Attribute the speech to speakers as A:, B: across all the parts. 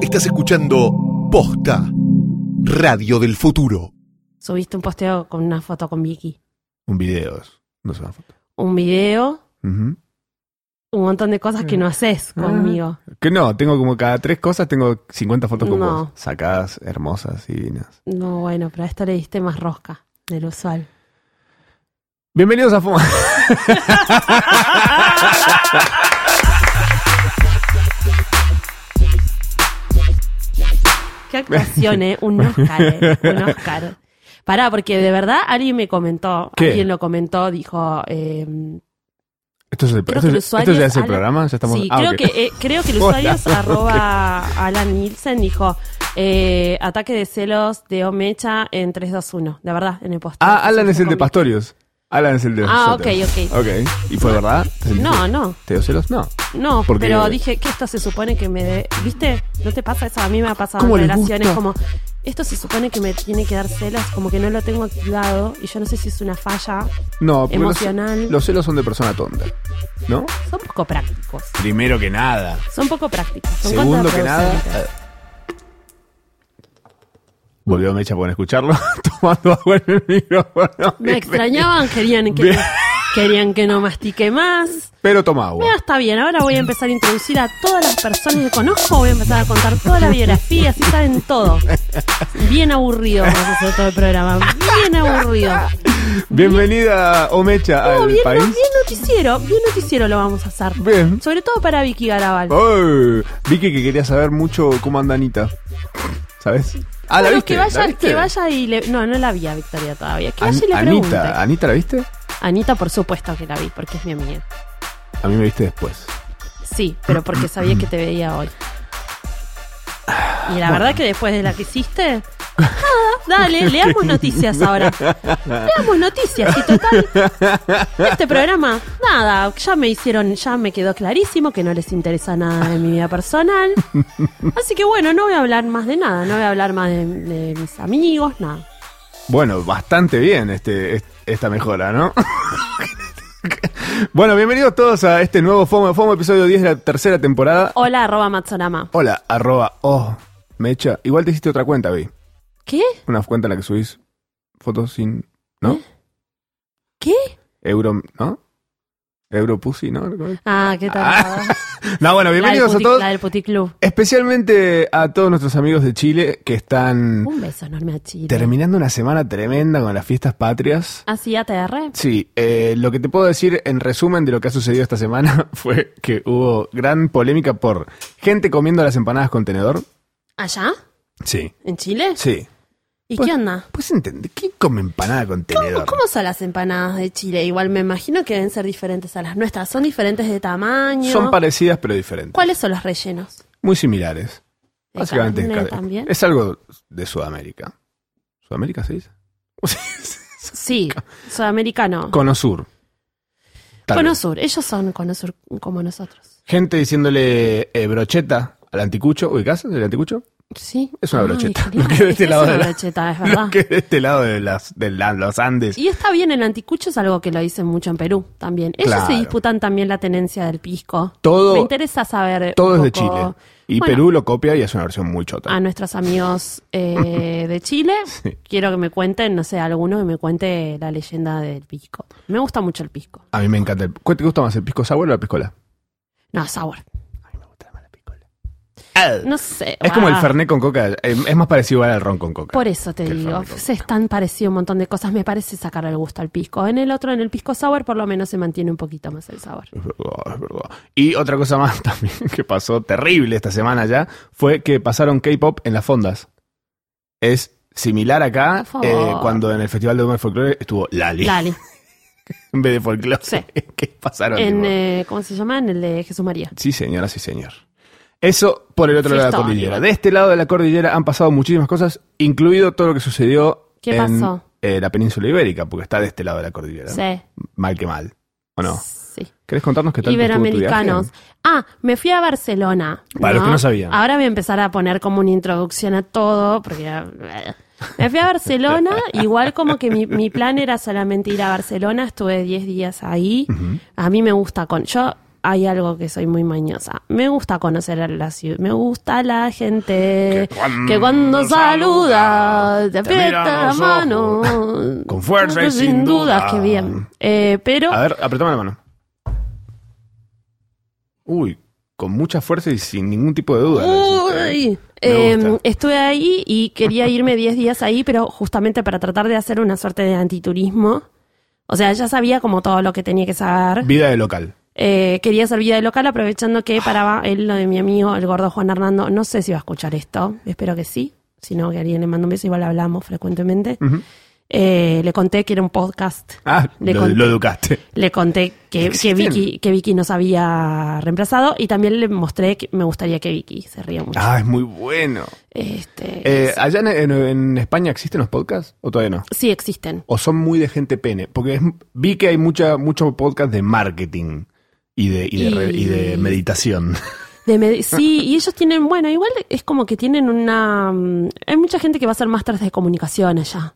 A: Estás escuchando Posta, Radio del Futuro.
B: Subiste un posteo con una foto con Vicky.
C: Un video, es- no es una foto.
B: Un video,
C: Ujú.
B: un montón de cosas que
C: Mm.
B: no haces
C: Ah.
B: conmigo.
C: Que no, tengo como cada tres cosas, tengo 50 fotos con
B: No.
C: vos. Sacadas, hermosas, divinas.
B: No, bueno, pero a esta le diste más rosca del usual.
C: Bienvenidos a Fuma.
B: Qué actuación, ¿eh? Un Oscar, ¿eh? Un Oscar. Pará, porque de verdad alguien me comentó,
C: ¿Qué?
B: alguien lo comentó, dijo... eh,
C: Esto es el,
B: Creo
C: esto
B: que
C: es-
B: el usuario
C: esto ya
B: es
C: es el
B: Alan-
C: programa, ya estamos.
B: sí,
C: ah,
B: creo,
C: ok.
B: que, eh, creo que el
C: Hola,
B: usuario es
C: ok.
B: arroba Alan Nielsen dijo eh, ataque de celos de Omecha en 321, de verdad, en el posteo.
C: Ah, Alan
B: Eso
C: es el de
B: comí.
C: Pastorios. Alan es el de
B: Ah,
C: nosotros.
B: ok, ok.
C: Ok. ¿Y fue verdad? ¿Te sentiste-
B: No, no,
C: ¿Te dio celos? No.
B: no,
C: Porque-
B: pero dije que esto se supone que me dé, ¿viste? ¿No te pasa eso? A mí me ha pasado
C: ¿Cómo
B: en
C: les
B: relaciones
C: gusta?
B: como esto se supone que me tiene que dar celos, como que no lo tengo activado y yo no sé si es una falla.
C: No, porque los-
B: Emocional.
C: Los, celos son de persona tonta. ¿No?
B: Son poco prácticos.
C: Primero que nada.
B: Son poco prácticos. Son
C: Segundo que nada. eh,
B: contraproducentes.
C: Volvió Mecha por escucharlo tomando agua en el micrófono.
B: Me extrañaban, querían que,
C: eh, Bien.
B: querían que no mastique más.
C: Pero toma agua.
B: Bueno, está bien, ahora voy a empezar a introducir a todas las personas que conozco, voy a empezar a contar toda la biografía, así saben todo. Bien aburrido vamos a hacer todo el programa, bien aburrido.
C: Bienvenida Omecha
B: No,
C: al
B: bien, no,
C: país.
B: bien noticiero, bien noticiero lo vamos a hacer.
C: Bien.
B: Sobre todo para Vicky Garabal.
C: Oh, Vicky que quería saber mucho cómo anda Anita. ¿Sabes? Ah,
B: Bueno,
C: viste?
B: que
C: ¿La
B: vaya,
C: viste?
B: que vaya y le... No, no la vi a Victoria todavía, que vaya
C: An-
B: y le pregunte.
C: Anita, ¿Anita la viste?
B: Anita, por supuesto que la vi, porque es mi amiga.
C: A mí me viste después.
B: Sí, pero porque sabía que te veía hoy. Y la verdad que después de la que hiciste, nada, dale, leamos noticias ahora. Leamos noticias y total. Este programa, nada, ya me hicieron, ya me quedó clarísimo que no les interesa nada de mi vida personal. Así que bueno, no voy a hablar más de nada, no voy a hablar más de, de mis amigos, nada.
C: Bueno, bastante bien este, est- esta mejora, ¿no? bueno, bienvenidos todos a este nuevo FOMO, FOMO episodio 10 de la tercera temporada.
B: Hola, arroba Matsorama.
C: Hola, arroba, oh, mecha. Igual te hiciste otra cuenta, vi.
B: ¿Qué?
C: Una cuenta en la que subís fotos sin, ¿no?
B: ¿Qué?
C: Euro, ¿no? Euro Pussy, ¿no?
B: Ah, qué tal.
C: No, bueno,
B: la, del
C: bienvenidos a
B: puti-
C: todos.
B: la del Puticlub.
C: Especialmente a todos nuestros amigos de Chile que están
B: Un beso enorme a Chile. Ah,
C: terminando una semana tremenda con las fiestas patrias.
B: Así ATR.
C: Sí, eh, lo que te puedo decir en resumen de lo que ha sucedido esta semana fue que hubo gran polémica por gente comiendo las empanadas con tenedor.
B: ¿Allá?
C: Sí.
B: ¿En Chile?
C: Sí.
B: ¿Y
C: Pues-
B: qué onda?
C: Pues entender, ¿quién come empanada con tenedor?
B: ¿Cómo son las empanadas de Chile? Igual me imagino que deben ser diferentes a las nuestras. Son diferentes de tamaño.
C: Son parecidas pero diferentes.
B: ¿Cuáles son los rellenos?
C: Muy similares.
B: ¿De
C: Básicamente
B: carne
C: es,
B: también?
C: es algo de Sudamérica. ¿Sudamérica se dice?
B: Sí, sudamericano.
C: Cono Sur. Tal
B: Cono
C: vez.
B: Sur. Ellos son Cono Sur como nosotros.
C: Gente diciéndole eh, brocheta al anticucho. ubicás el anticucho?
B: Sí.
C: Es una
B: Ay,
C: brocheta.
B: genial.
C: Lo que de este
B: es
C: lado
B: una
C: de la-
B: brocheta, es
C: Lo
B: verdad.
C: que de este lado de, las, de la- los Andes.
B: Y está bien, el anticucho es algo que lo dicen mucho en Perú también. Ellos se
C: Claro.
B: disputan también la tenencia del pisco.
C: Todo-
B: Me interesa saber.
C: Todo
B: un
C: es de
B: poco-
C: Chile. Y
B: Bueno, Ah,
C: Perú lo copia y hace una versión muy chota.
B: a nuestros amigos eh, de Chile. Quiero que me cuenten, no sé, alguno que me cuente la leyenda del pisco. Me gusta mucho el pisco.
C: A mí me encanta. El, ¿Cuál te gusta más, el pisco sour o la piscola?
B: No, sour.
C: A mí me gusta más la piscola.
B: No sé.
C: Ah. Es como el
B: ah,
C: fernet con coca. eh, Es más parecido al ron con coca.
B: Por eso te
C: que el
B: digo,
C: Fernet con
B: se es tan parecido un montón de cosas, me parece sacar el gusto al pisco. En el otro, en el pisco sour, por lo menos se mantiene un poquito más el sabor.
C: Es verdad, es verdad. Y otra cosa más también que pasó terrible esta semana ya fue que pasaron K-pop en las fondas. Es similar acá
B: Por favor.
C: eh, cuando en el Festival de Humor y Folclore estuvo Lali
B: Dale.
C: en vez de folclore.
B: Sí.
C: que pasaron.
B: En,
C: tipo.
B: eh, ¿Cómo se llama? En el de Jesús María.
C: Sí, señora, sí, señor. Eso por el otro lado de la
B: Fiestón,
C: cordillera.
B: igual.
C: De este lado de la cordillera han pasado muchísimas cosas, incluido todo lo que sucedió
B: ¿Qué
C: en
B: pasó?
C: eh, la península ibérica, porque está de este lado de la cordillera.
B: Sí.
C: Mal que mal. ¿O no?
B: Sí.
C: ¿Querés contarnos qué tal estuvo tu viaje?
B: Iberoamericanos. Ah, me fui a Barcelona.
C: Para los que no sabían.
B: Ahora voy a empezar a poner como una introducción a todo, porque... eh, Me fui a Barcelona, igual como que mi, mi plan era solamente ir a Barcelona, estuve 10 días ahí. A mí me gusta con... Yo hay algo que soy muy mañosa. Me gusta conocer a la ciudad, me gusta la gente que cuando, saluda, te aprieta
C: mm, mira a
B: la
C: los
B: mano.
C: Con fuerza y sin duda.
B: Qué bien. Eh, pero
C: A ver, apretame la mano. Uy, con mucha fuerza y sin ningún tipo de duda. lo hiciste,
B: Uy,
C: ¿eh? Me
B: eh,
C: gusta.
B: estuve ahí y quería irme 10 días ahí, pero justamente para tratar de hacer una suerte de antiturismo. O sea, ya sabía como todo lo que tenía que saber.
C: Vida de local.
B: Eh, quería hacer vida de local aprovechando que paraba él, lo de mi amigo, el gordo Juan Hernando. No sé si va a escuchar esto, espero que sí. Si no, que alguien le mande un beso, igual hablamos frecuentemente.
C: Ujú.
B: Eh, le conté que era un podcast.
C: Ah,
B: Le
C: lo,
B: conté.
C: lo educaste.
B: Le conté que, que,
C: Existen.
B: Vicky, que Vicky nos había reemplazado y también le mostré que me gustaría que Vicky se ría mucho.
C: Ah, es muy bueno.
B: Este,
C: Eh, ¿Allá en, en- en España existen los podcasts o todavía no?
B: sí existen.
C: ¿O son muy de gente pene? Porque es- vi que hay mucha, mucho podcast de marketing y de, y de, re- y de
B: Y-
C: meditación.
B: De med- sí, y ellos tienen, bueno, igual es como que tienen una... mm, Hay mucha gente que va a hacer másteres de comunicación allá.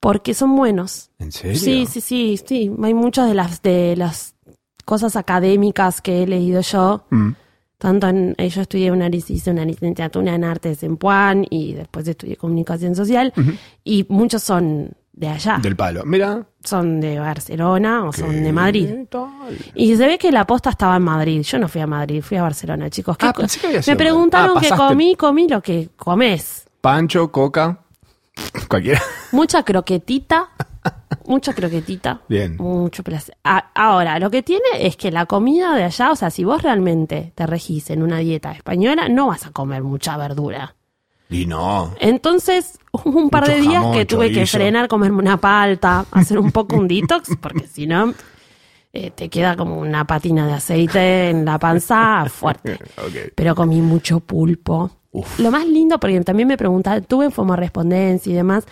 B: Porque son buenos.
C: ¿En serio?
B: Sí, sí, sí, sí. Hay muchas de las, de las cosas académicas que he leído yo.
C: Mm.
B: Tanto en, eh, yo estudié una, lic- hice una licenciatura en artes en Puan y después estudié comunicación social. Y muchos son de allá.
C: Del palo. Mira.
B: Son de Barcelona o son
C: ¿Qué
B: de Madrid.
C: tal?
B: Y se ve que la posta estaba en Madrid. Yo no fui a Madrid, fui a Barcelona, chicos. ¿Qué
C: Ah,
B: co-
C: pensé que había
B: me
C: sido
B: preguntaron
C: Madrid. Ah,
B: qué
C: pasaste.
B: comí, comí lo que comes.
C: Pancho, coca, cualquiera.
B: Mucha croquetita, mucha croquetita.
C: Bien.
B: Mucho placer. A- ahora, lo que tiene es que la comida de allá, o sea, si vos realmente te regís en una dieta española, no vas a comer mucha verdura.
C: Y no.
B: Entonces, hubo un par
C: Mucho
B: de días
C: jamón,
B: que tuve que
C: chorizo.
B: frenar, comerme una palta, hacer un poco un detox, porque si no, eh, te queda como una patina de aceite en la panza fuerte.
C: Ok.
B: Pero comí mucho pulpo. Lo más lindo, porque también me preguntaban, tuve fomorrespondencia y demás.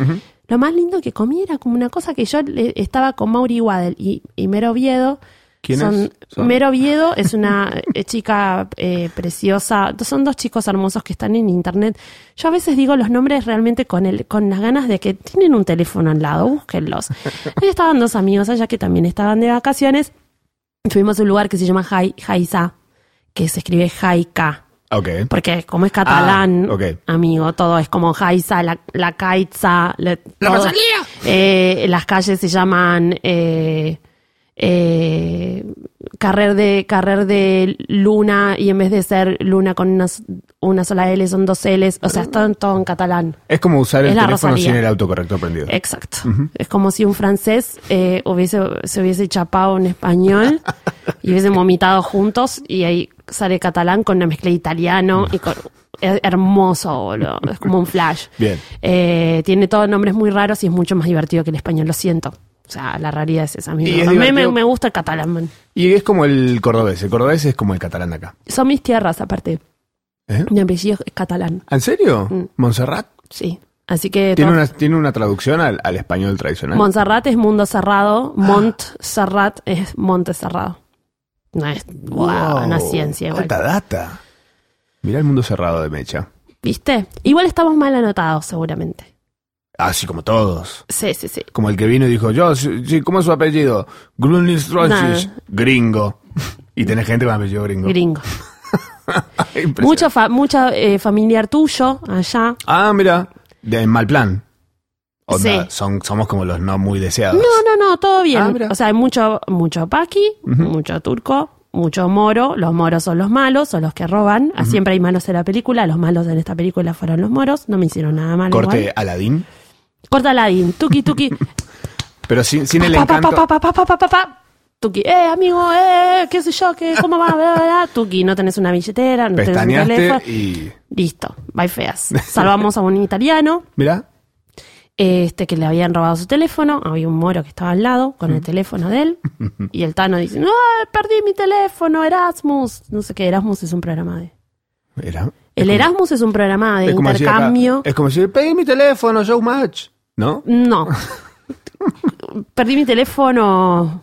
B: Lo más lindo que comí era como una cosa que yo le- estaba con Mauri Waddell y, y Mero Oviedo.
C: ¿Quiénes son?
B: Mero Oviedo es una eh, chica eh, preciosa. Son dos chicos hermosos que están en internet. Yo a veces digo los nombres realmente con el, con las ganas de que tienen un teléfono al lado, búsquenlos. Ahí estaban dos amigos allá que también estaban de vacaciones. Fuimos a un lugar que se llama Jai- Jaiza, que se escribe Jaika.
C: Ok.
B: Porque como es catalán,
C: Ah, ok.
B: amigo, todo es como Jaiza, la, la Caiza, la, todo. Eh, las calles se llaman eh, eh, carrer de carrer de luna y en vez de ser luna con una, s- una sola L son dos Ls, o sea, está en- todo en catalán.
C: Es como usar el
B: Es la
C: teléfono
B: Rosalía. Eh.
C: sin el autocorrector prendido.
B: Exacto. Es como si un francés eh, hubiese, se hubiese chapado en español y hubiesen vomitado juntos y ahí sale catalán con una mezcla de italiano y con... Es hermoso, boludo. Es como un flash.
C: Bien.
B: Eh, tiene todos nombres muy raros y es mucho más divertido que el español, lo siento. O sea, la realidad es esa.
C: Y es
B: misma. A mí me,
C: divertido-
B: me gusta el catalán. man.
C: Y es como el cordobés. El cordobés es como el catalán de acá.
B: Son mis tierras, aparte.
C: ¿Eh?
B: Mi apellido es catalán,
C: ¿En serio?
B: Mm.
C: ¿Montserrat?
B: sí. Así que...
C: ¿Tiene
B: todo-
C: una, tiene una traducción al, al español tradicional?
B: Montserrat es mundo cerrado,
C: Ah.
B: Montserrat es monte cerrado. No es wow, una ciencia igual.
C: Alta data. Mirá el mundo cerrado de Mecha.
B: ¿Viste? Igual estamos mal anotados seguramente.
C: Así como todos.
B: Sí, sí, sí.
C: Como el que vino y dijo, yo, sí, sí, ¿cómo es su apellido? Grunlins
B: Nada.
C: Gringo. Y tenés gente con apellido gringo.
B: Gringo.
C: Impresionante.
B: Mucha, fa- mucha eh, familiar tuyo allá.
C: Ah, mira. De en mal plan. Onda,
B: Sí.
C: son, somos como los no muy deseados.
B: No, no, no, todo bien.
C: Ah, mira.
B: o sea, hay mucho, mucho paqui, mucho turco, mucho moro. Los moros son los malos, son los que roban. Ah, Siempre hay malos en la película. Los malos en esta película fueron los moros. No me hicieron nada malo.
C: Corte
B: igual.
C: Aladín.
B: Corta Aladdin. Tuki, tuki.
C: Pero sin, sin el
B: pa, pa,
C: encanto.
B: pa, pa, pa, pa, pa, pa, pa. Tuki, eh, amigo, eh, qué sé yo, qué, cómo va, bla, bla, bla. Tuki, no tenés una billetera, no tenés un teléfono.
C: Pestañaste y.
B: Listo, bye feas. Salvamos a un italiano,
C: Mira.
B: este, que le habían robado su teléfono. Había un moro que estaba al lado con
C: Mm.
B: el teléfono de él. Y el Tano dice, no, perdí mi teléfono, Erasmus. No sé qué, Erasmus es un programa de...
C: Era.
B: El Erasmus es un programa de
C: es como decir acá-
B: intercambio.
C: es como decir, pedí mi teléfono, Showmatch. ¿No?
B: No. perdí mi teléfono,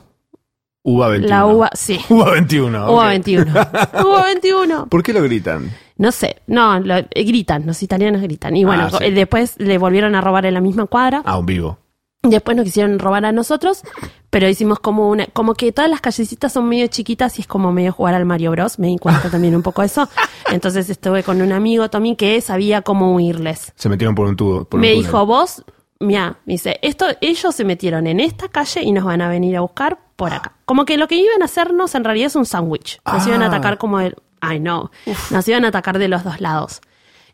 C: Uva 21.
B: la uva, sí.
C: Uva 21.
B: Uva
C: ok.
B: 21. Uva 21.
C: ¿Por qué lo gritan?
B: No sé, no, lo- eh, gritan, los italianos gritan. Y bueno,
C: Ah, sí.
B: eh, después le volvieron a robar en la misma cuadra.
C: Ah, un vivo.
B: Después nos quisieron robar a nosotros, pero hicimos como una, como que todas las callecitas son medio chiquitas y es como medio jugar al Mario Bros. Me di cuenta también un poco eso. Entonces estuve con un amigo también que sabía cómo huirles.
C: Se metieron por un tubo. por un
B: Me
C: túnel.
B: dijo, vos, mira, me dice, esto, ellos se metieron en esta calle y nos van a venir a buscar por acá. Como que lo que iban a hacernos en realidad es un sándwich. Nos
C: Ah.
B: iban a atacar como el, ay no, nos iban a atacar de los dos lados.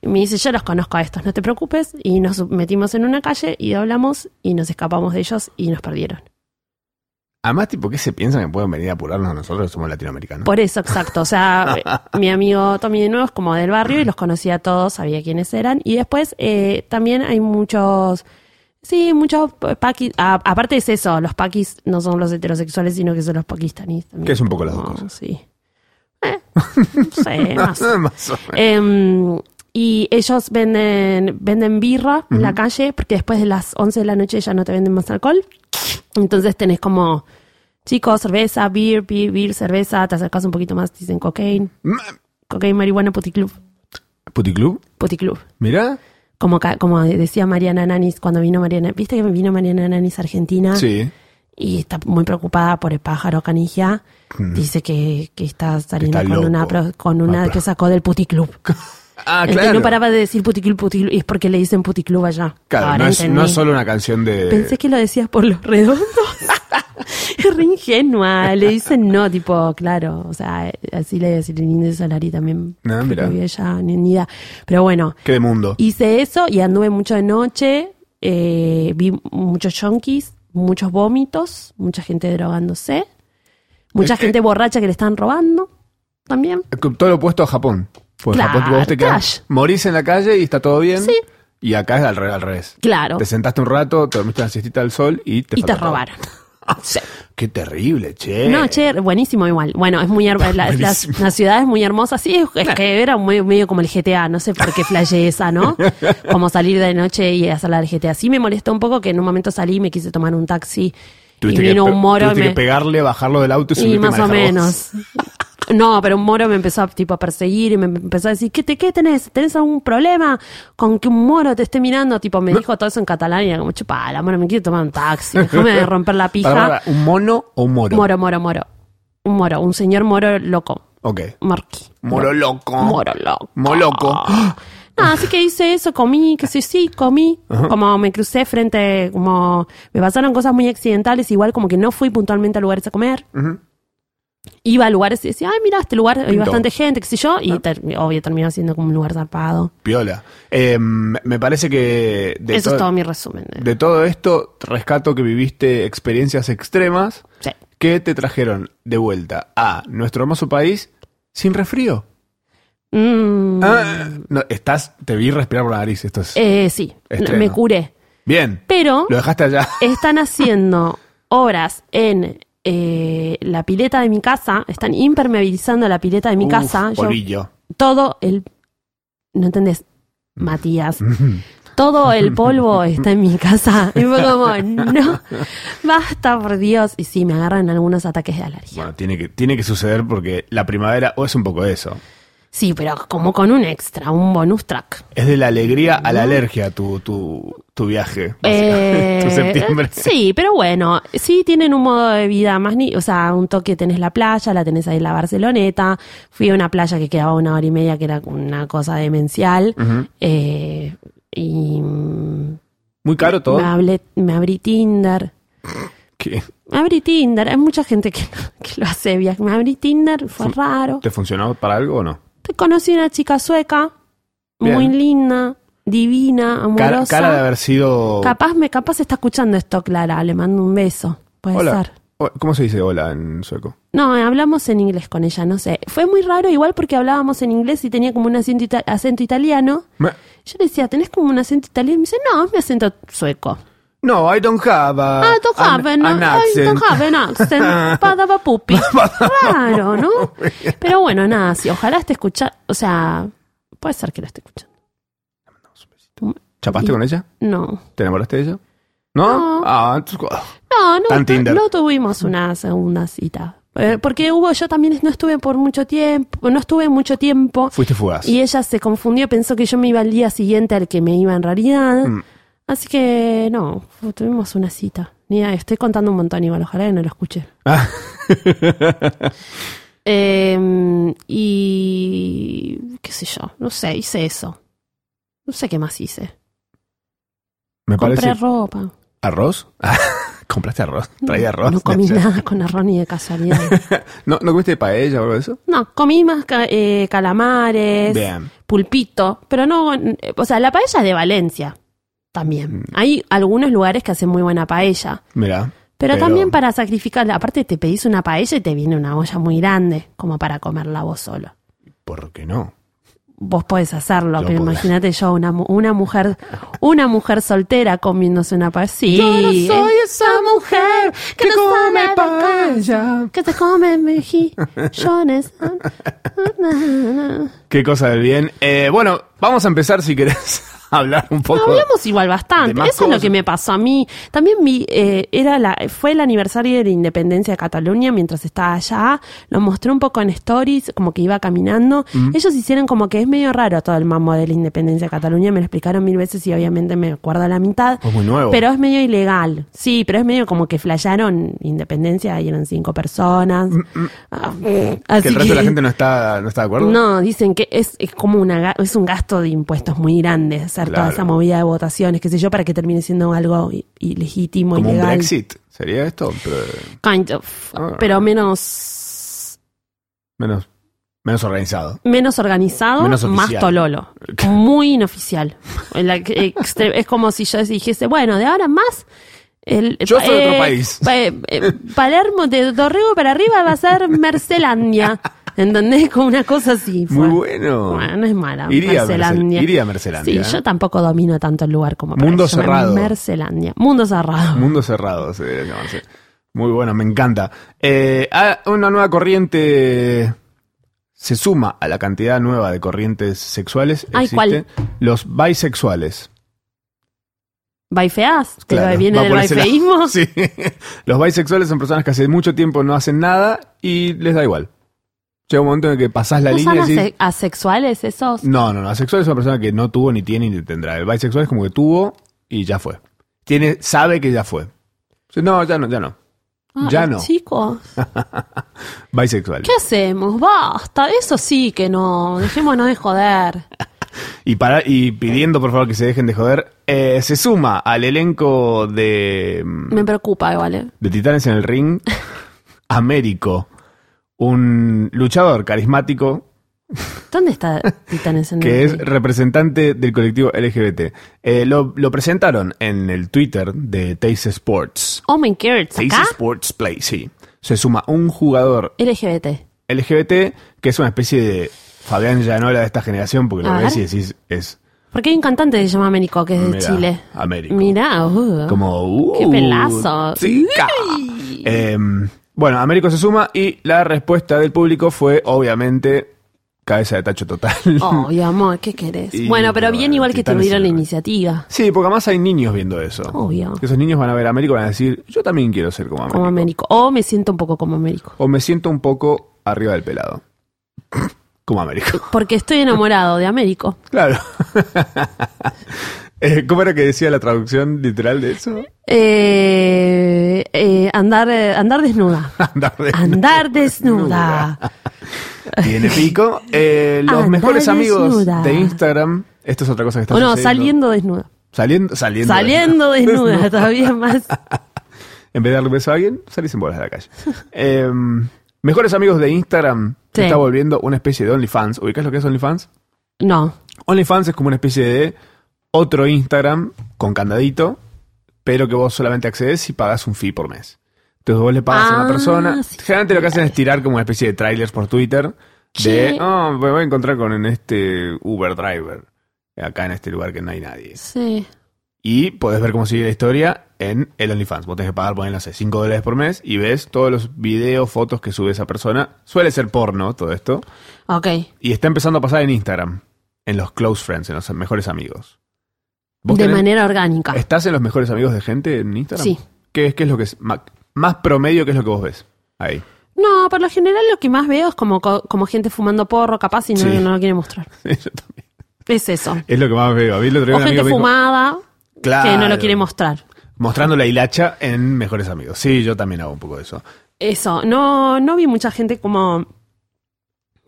B: Y me dice, yo los conozco a estos, no te preocupes. Y nos metimos en una calle y doblamos y nos escapamos de ellos y nos perdieron.
C: Además, tipo, ¿qué se piensan que pueden venir a apurarnos a nosotros que somos latinoamericanos?
B: Por eso, exacto. O sea, eh, mi amigo Tommy de nuevo es como del barrio y los conocía a todos, sabía quiénes eran. Y después eh, también hay muchos. Sí, muchos paquis. a- aparte es eso, los paquis no son los heterosexuales, sino que son los pakistaníes también.
C: Que es un poco las dos
B: Como,
C: cosas.
B: Sí. Eh, no sé, más.
C: Más o menos.
B: Em, y ellos venden, venden birra en la calle, porque después de las 11 de la noche ya no te venden más alcohol. Entonces tenés como, chicos, cerveza, beer, beer, beer, cerveza, te acercas un poquito más, te dicen cocaine,
C: Ma-
B: cocaine, marihuana, puticlub,
C: Puticlub,
B: puticlub.
C: mirá.
B: Como, ca- como decía Mariana Nanis cuando vino Mariana, viste que vino Mariana Nanis a Argentina
C: Sí.
B: y está muy preocupada por el pájaro canigia. Dice que, que está saliendo
C: Mm. está
B: con, una,
C: loco.
B: pro- con
C: Ah,
B: una
C: pero-
B: que sacó del puticlub.
C: Ah,
B: El que
C: claro.
B: no paraba de decir puticlub, puticlub, y es porque le dicen puticlub allá.
C: Claro,
B: Ahora
C: no es, no
B: entendí.
C: es solo una canción de.
B: Pensé que lo decías por los redondos. es re ingenua. Le dicen no, tipo, claro. O sea, así le decían en Indio Solari también.
C: Ah,
B: que
C: mirá.
B: vivía allá en India. Pero bueno,
C: que de mundo.
B: hice eso y anduve mucho de noche. eh, vi muchos yonkis, muchos vómitos, mucha gente drogándose, mucha
C: Es que-
B: gente borracha que le estaban robando también.
C: Todo lo opuesto a Japón. Pues
B: Claro,
C: Japón, tipo, vos te
B: trash.
C: quedás. Morís en la calle y está todo bien.
B: Sí.
C: Y acá es al, re- al revés.
B: Claro.
C: Te sentaste un rato, te dormiste una siestita al sol y te
B: Y te
C: faltó todo.
B: robaron. Sí.
C: Qué terrible, che.
B: No, che, buenísimo igual. Bueno, es muy her- la, la-
C: Eh, Buenísimo.
B: la ciudad es muy hermosa. Sí, es, es que era muy- medio como el GTA, no sé por qué flashe esa, ¿no? Como salir de noche y hacer la del GTA. Sí me molestó un poco que en un momento salí y me quise tomar un taxi y vino
C: pe-
B: un moro y
C: tuviste que
B: me...
C: pegarle, bajarlo del auto y subirte
B: Y más o
C: manejar vos.
B: menos. No, pero un moro me empezó a, tipo, a perseguir y me empezó a decir, ¿qué, te, qué tenés? ¿Tenés algún problema con que un moro te esté mirando? Tipo, me dijo todo eso en catalán y era como, chupa, la moro, me quiere tomar un taxi, déjame de romper la pija.
C: Pará, pará, ¿Un mono o un moro?
B: Moro, moro, moro. Un moro, un señor moro loco.
C: Ok.
B: Morqui.
C: Moro loco.
B: Moro Ah. loco.
C: Ah. Moloco.
B: Nada, así que hice eso, comí, que sí, sí, comí. Como me crucé frente, como me pasaron cosas muy accidentales, igual como que no fui puntualmente a lugares a comer.
C: Ujú.
B: Iba a lugares y decía, ay, mira, este lugar hay
C: Pintó.
B: bastante gente, qué sé yo, y ter- obvio terminó siendo como un lugar zarpado.
C: Piola. Eh, me parece que. De
B: eso
C: todo-
B: es todo mi resumen. eh.
C: De todo esto, rescato que viviste experiencias extremas
B: Sí.
C: que te trajeron de vuelta a nuestro hermoso país sin resfrío.
B: Mm,
C: Ah, no, estás, te vi respirar por la nariz. Esto es.
B: eh, sí,
C: Estreno.
B: me curé.
C: Bien.
B: Pero
C: Lo dejaste allá.
B: están haciendo obras en eh, la pileta de mi casa, están impermeabilizando la pileta de mi
C: Uf,
B: casa. Yo-
C: polvillo.
B: todo el. ¿No entendés? Matías. Todo el polvo está en mi casa. Y fue como, no, basta, por Dios. Y sí, me agarran algunos ataques de alergia.
C: Bueno, tiene que, tiene que suceder porque la primavera o es un poco eso.
B: Sí, pero como con un extra, un bonus track.
C: Es de la alegría a la alergia tu, tu, tu viaje. básicamente, tu
B: Eh,
C: septiembre.
B: Sí, pero bueno, sí tienen un modo de vida más, ni o sea, un toque tenés la playa, la tenés ahí en la Barceloneta. Fui a una playa que quedaba una hora y media, que era una cosa demencial. Eh, y mm,
C: Muy caro todo.
B: me, hablé- me abrí Tinder.
C: ¿Qué?
B: Me abrí Tinder, hay mucha gente que, que lo hace viaje. Me abrí Tinder, fue raro.
C: ¿Te funcionó para algo o no?
B: Te conocí una chica sueca,
C: Bien.
B: muy linda, divina,
C: Cara,
B: amorosa.
C: cara de haber sido.
B: Capaz me capaz está escuchando esto, Clara, le mando un beso. Puede
C: Hola.
B: ser.
C: O- ¿Cómo se dice hola en sueco?
B: No, eh, hablamos en inglés con ella, no sé. Fue muy raro igual porque hablábamos en inglés y tenía como un acento, ita- acento italiano.
C: Me-
B: Yo le decía, ¿tenés como un acento italiano? Y me dice, no, es mi acento sueco.
C: No, I don't have a.
B: Ah, don't have
C: an-
B: an,
C: an
B: I don't
C: accent.
B: have an accent. Padaba pupi. Claro, ¿no? Pero bueno, nada, si ojalá esté escuchando. O sea, puede ser que lo esté escuchando.
C: ¿Chapaste con ella?
B: No.
C: ¿Te enamoraste de ella? ¿No?
B: No.
C: Ah, entonces-
B: No,
C: Tan
B: no, no,
C: Tinder.
B: no tuvimos una segunda cita. Eh, Porque hubo, yo también no estuve por mucho tiempo, no estuve mucho tiempo
C: fuiste fugaz. Mm.
B: y ella se confundió, pensó que yo me iba al día siguiente al que me iba en realidad. Así que no, tuvimos una cita. Mira, estoy contando un montón igual, ojalá que no lo escuche.
C: Ah.
B: Eh, y qué sé yo, no sé, hice eso. No sé qué más hice.
C: Me
B: Compré
C: parece.
B: ropa.
C: ¿Arroz? Ah, ¿Compraste arroz? ¿Traía arroz?
B: No comí nada con arroz ni de casualidad.
C: ¿No, ¿No comiste paella o algo de eso?
B: No, comí más ca- eh, calamares,
C: Bien.
B: pulpito, pero no, eh, o sea, la paella es de Valencia
C: Mm.
B: también. Hay algunos lugares que hacen muy buena paella,
C: Mira.
B: pero,
C: Pero-
B: también para sacrificarla, aparte te pedís una paella y te viene una olla muy grande, como para comerla vos solo.
C: ¿Por qué no?
B: Vos podés hacerlo,
C: Yo
B: pero
C: podré.
B: imagínate yo, una, mu- una mujer una mujer soltera comiéndose una paella. Sí, eh,
C: esa mujer
B: que no come
C: paella.
B: que te come mejillones.
C: Qué cosa del bien. Eh, bueno, vamos a empezar si querés a hablar un poco.
B: Hablamos igual bastante.
C: de más
B: Eso es lo
C: cosas.
B: que me pasó a mí. También mi, eh, era la, fue el aniversario de la independencia de Cataluña mientras estaba allá. Lo mostré un poco en stories, como que iba caminando. Ellos hicieron como que es medio raro todo el mambo de la independencia de Cataluña. Me lo explicaron mil veces y obviamente me acuerdo la mitad.
C: Es muy nuevo.
B: Pero es medio ilegal. Sí, pero es medio como que flayaron independencia y eran cinco personas. Ah, así
C: Mm, que el resto de la
B: que-
C: gente no está, no está de acuerdo.
B: no, dicen que es, es como una, ga- es un gasto de impuestos muy grande hacer toda
C: Claro.
B: esa movida de votaciones, qué sé yo, para que termine siendo algo i- ilegítimo,
C: Como un
B: ilegal.
C: Brexit. Sería esto, pero
B: Kind of.
C: Ah.
B: Pero menos,
C: menos, menos organizado.
B: menos organizado,
C: Menos
B: más
C: oficial.
B: tololo. Muy inoficial. En la que extre- es como si yo dijese, bueno, de ahora en más. El,
C: Yo soy de otro
B: eh,
C: país.
B: pa- eh, eh, Palermo, de Dorrego para arriba va a ser Mercelandia. ¿Entendés? Como una cosa así. fue.
C: Muy bueno.
B: Bueno, no es mala.
C: Iría a
B: Mercelandia.
C: Mercel- iría a Mercelandia,
B: Sí,
C: ¿eh?
B: yo tampoco domino tanto el lugar como para
C: Mundo
B: que se llame
C: cerrado. Mm.
B: Mercelandia. Mundo cerrado.
C: Mundo cerrado se debería llamarse. Muy bueno, me encanta. Eh, ah, una nueva corriente se suma a la cantidad nueva de corrientes sexuales.
B: Ay, ¿cuál?
C: Los bisexuales.
B: Baifeás, que
C: Claro,
B: viene
C: va
B: del
C: por ese lado.
B: baifeísmo.
C: Sí. Los bisexuales son personas que hace mucho tiempo no hacen nada y les da igual. Llega un momento en el que pasás la
B: ¿No
C: línea
B: son
C: y decís,
B: ase-
C: "Mm,
B: asexuales esos?
C: No, no, no. Asexual es una persona que no tuvo, ni tiene, ni tendrá. El bisexual es como que tuvo y ya fue. Tiene, sabe que ya fue. Dice, No, ya no, ya no. ya
B: Ay,
C: no. Ah.
B: Chicos,
C: Bisexual.
B: ¿qué hacemos? Basta, eso sí que no. Dejémonos de joder.
C: Y, para, y pidiendo, por favor, que se dejen de joder, eh, se suma al elenco de, mm,
B: Me preocupa igual, ¿eh?
C: de Titanes en el Ring, Américo, un luchador carismático
B: ¿Dónde está Titanes en
C: que
B: el
C: es representante del colectivo LGBT. Eh, lo, lo presentaron en el Twitter de Taste Sports.
B: Oh my God,
C: Taste
B: ¿acá?
C: Sports Play, sí. Se suma un jugador
B: LGBT.
C: LGBT que es una especie de Fabián Llanola de esta generación, porque
B: A
C: lo
B: ver.
C: ves y decís, es
B: Porque hay un cantante que se llama Américo, que es de
C: Mirá,
B: Chile.
C: Américo.
B: Mirá, uh.
C: como... Uh,
B: ¡Qué pelazo!
C: chica". Eh, bueno, Américo se suma y la respuesta del público fue, obviamente, cabeza de tacho total.
B: Ay, amor, ¿qué querés?
C: Y,
B: bueno, pero bien
C: bueno,
B: igual que
C: Titanes
B: tuvieron la
C: en el-
B: iniciativa.
C: Sí, porque además hay niños viendo eso.
B: Obvio.
C: Que Esos niños van a ver a Américo y van a decir, yo también quiero ser como Américo.
B: Como Américo. O me siento un poco como Américo.
C: O me siento un poco arriba del pelado. como Américo.
B: Porque estoy enamorado de Américo.
C: Claro. Eh, ¿Cómo era que decía la traducción literal de eso?
B: Eh, eh, andar, eh, andar desnuda.
C: Andar de-
B: Andar desnuda.
C: Tiene pico. Eh, los
B: Andar
C: mejores amigos
B: desnuda.
C: de Instagram. Esto es otra cosa que está
B: O no,
C: sucediendo.
B: saliendo desnuda.
C: Saliendo. Saliendo.
B: Saliendo desnuda, todavía más.
C: En vez de darle un beso a alguien, salís en bolas de la calle. Eh, mejores amigos de Instagram.
B: Sí.
C: Se está volviendo una especie de OnlyFans. ¿Ubicás lo que es OnlyFans?
B: No.
C: OnlyFans es como una especie de otro Instagram con candadito, pero que vos solamente accedes si pagas un fee por mes. Entonces vos le pagas a
B: Ah,
C: una persona.
B: sí,
C: Generalmente lo que hacen
B: claro.
C: es tirar como una especie de trailers por Twitter
B: Sí.
C: de, oh, me voy a encontrar con este Uber driver acá en este lugar que no hay nadie.
B: Sí.
C: Y podés ver cómo sigue la historia en el OnlyFans. Vos tenés que pagar, poner, no sé, 5 dólares por mes y ves todos los videos, fotos que sube esa persona. Suele ser porno todo esto.
B: Ok.
C: Y está empezando a pasar en Instagram, en los close friends, en los mejores amigos.
B: De
C: ¿Vos tenés-
B: manera orgánica.
C: ¿Estás en los mejores amigos de gente en Instagram?
B: Sí.
C: ¿Qué es, qué es lo que es ma- más promedio que es lo que vos ves? Ahí.
B: No, por lo general lo que más veo es como, co- como gente fumando porro, capaz, y no,
C: Sí.
B: no lo quiere mostrar.
C: Yo también.
B: Es eso.
C: Es lo que más veo. A mí el otro día
B: O
C: un
B: gente
C: amigo me dijo,
B: fumada.
C: Claro.
B: que no lo quiere mostrar.
C: Mostrando la hilacha en Mejores Amigos. Sí, yo también hago un poco de eso.
B: Eso, no, no vi mucha gente como.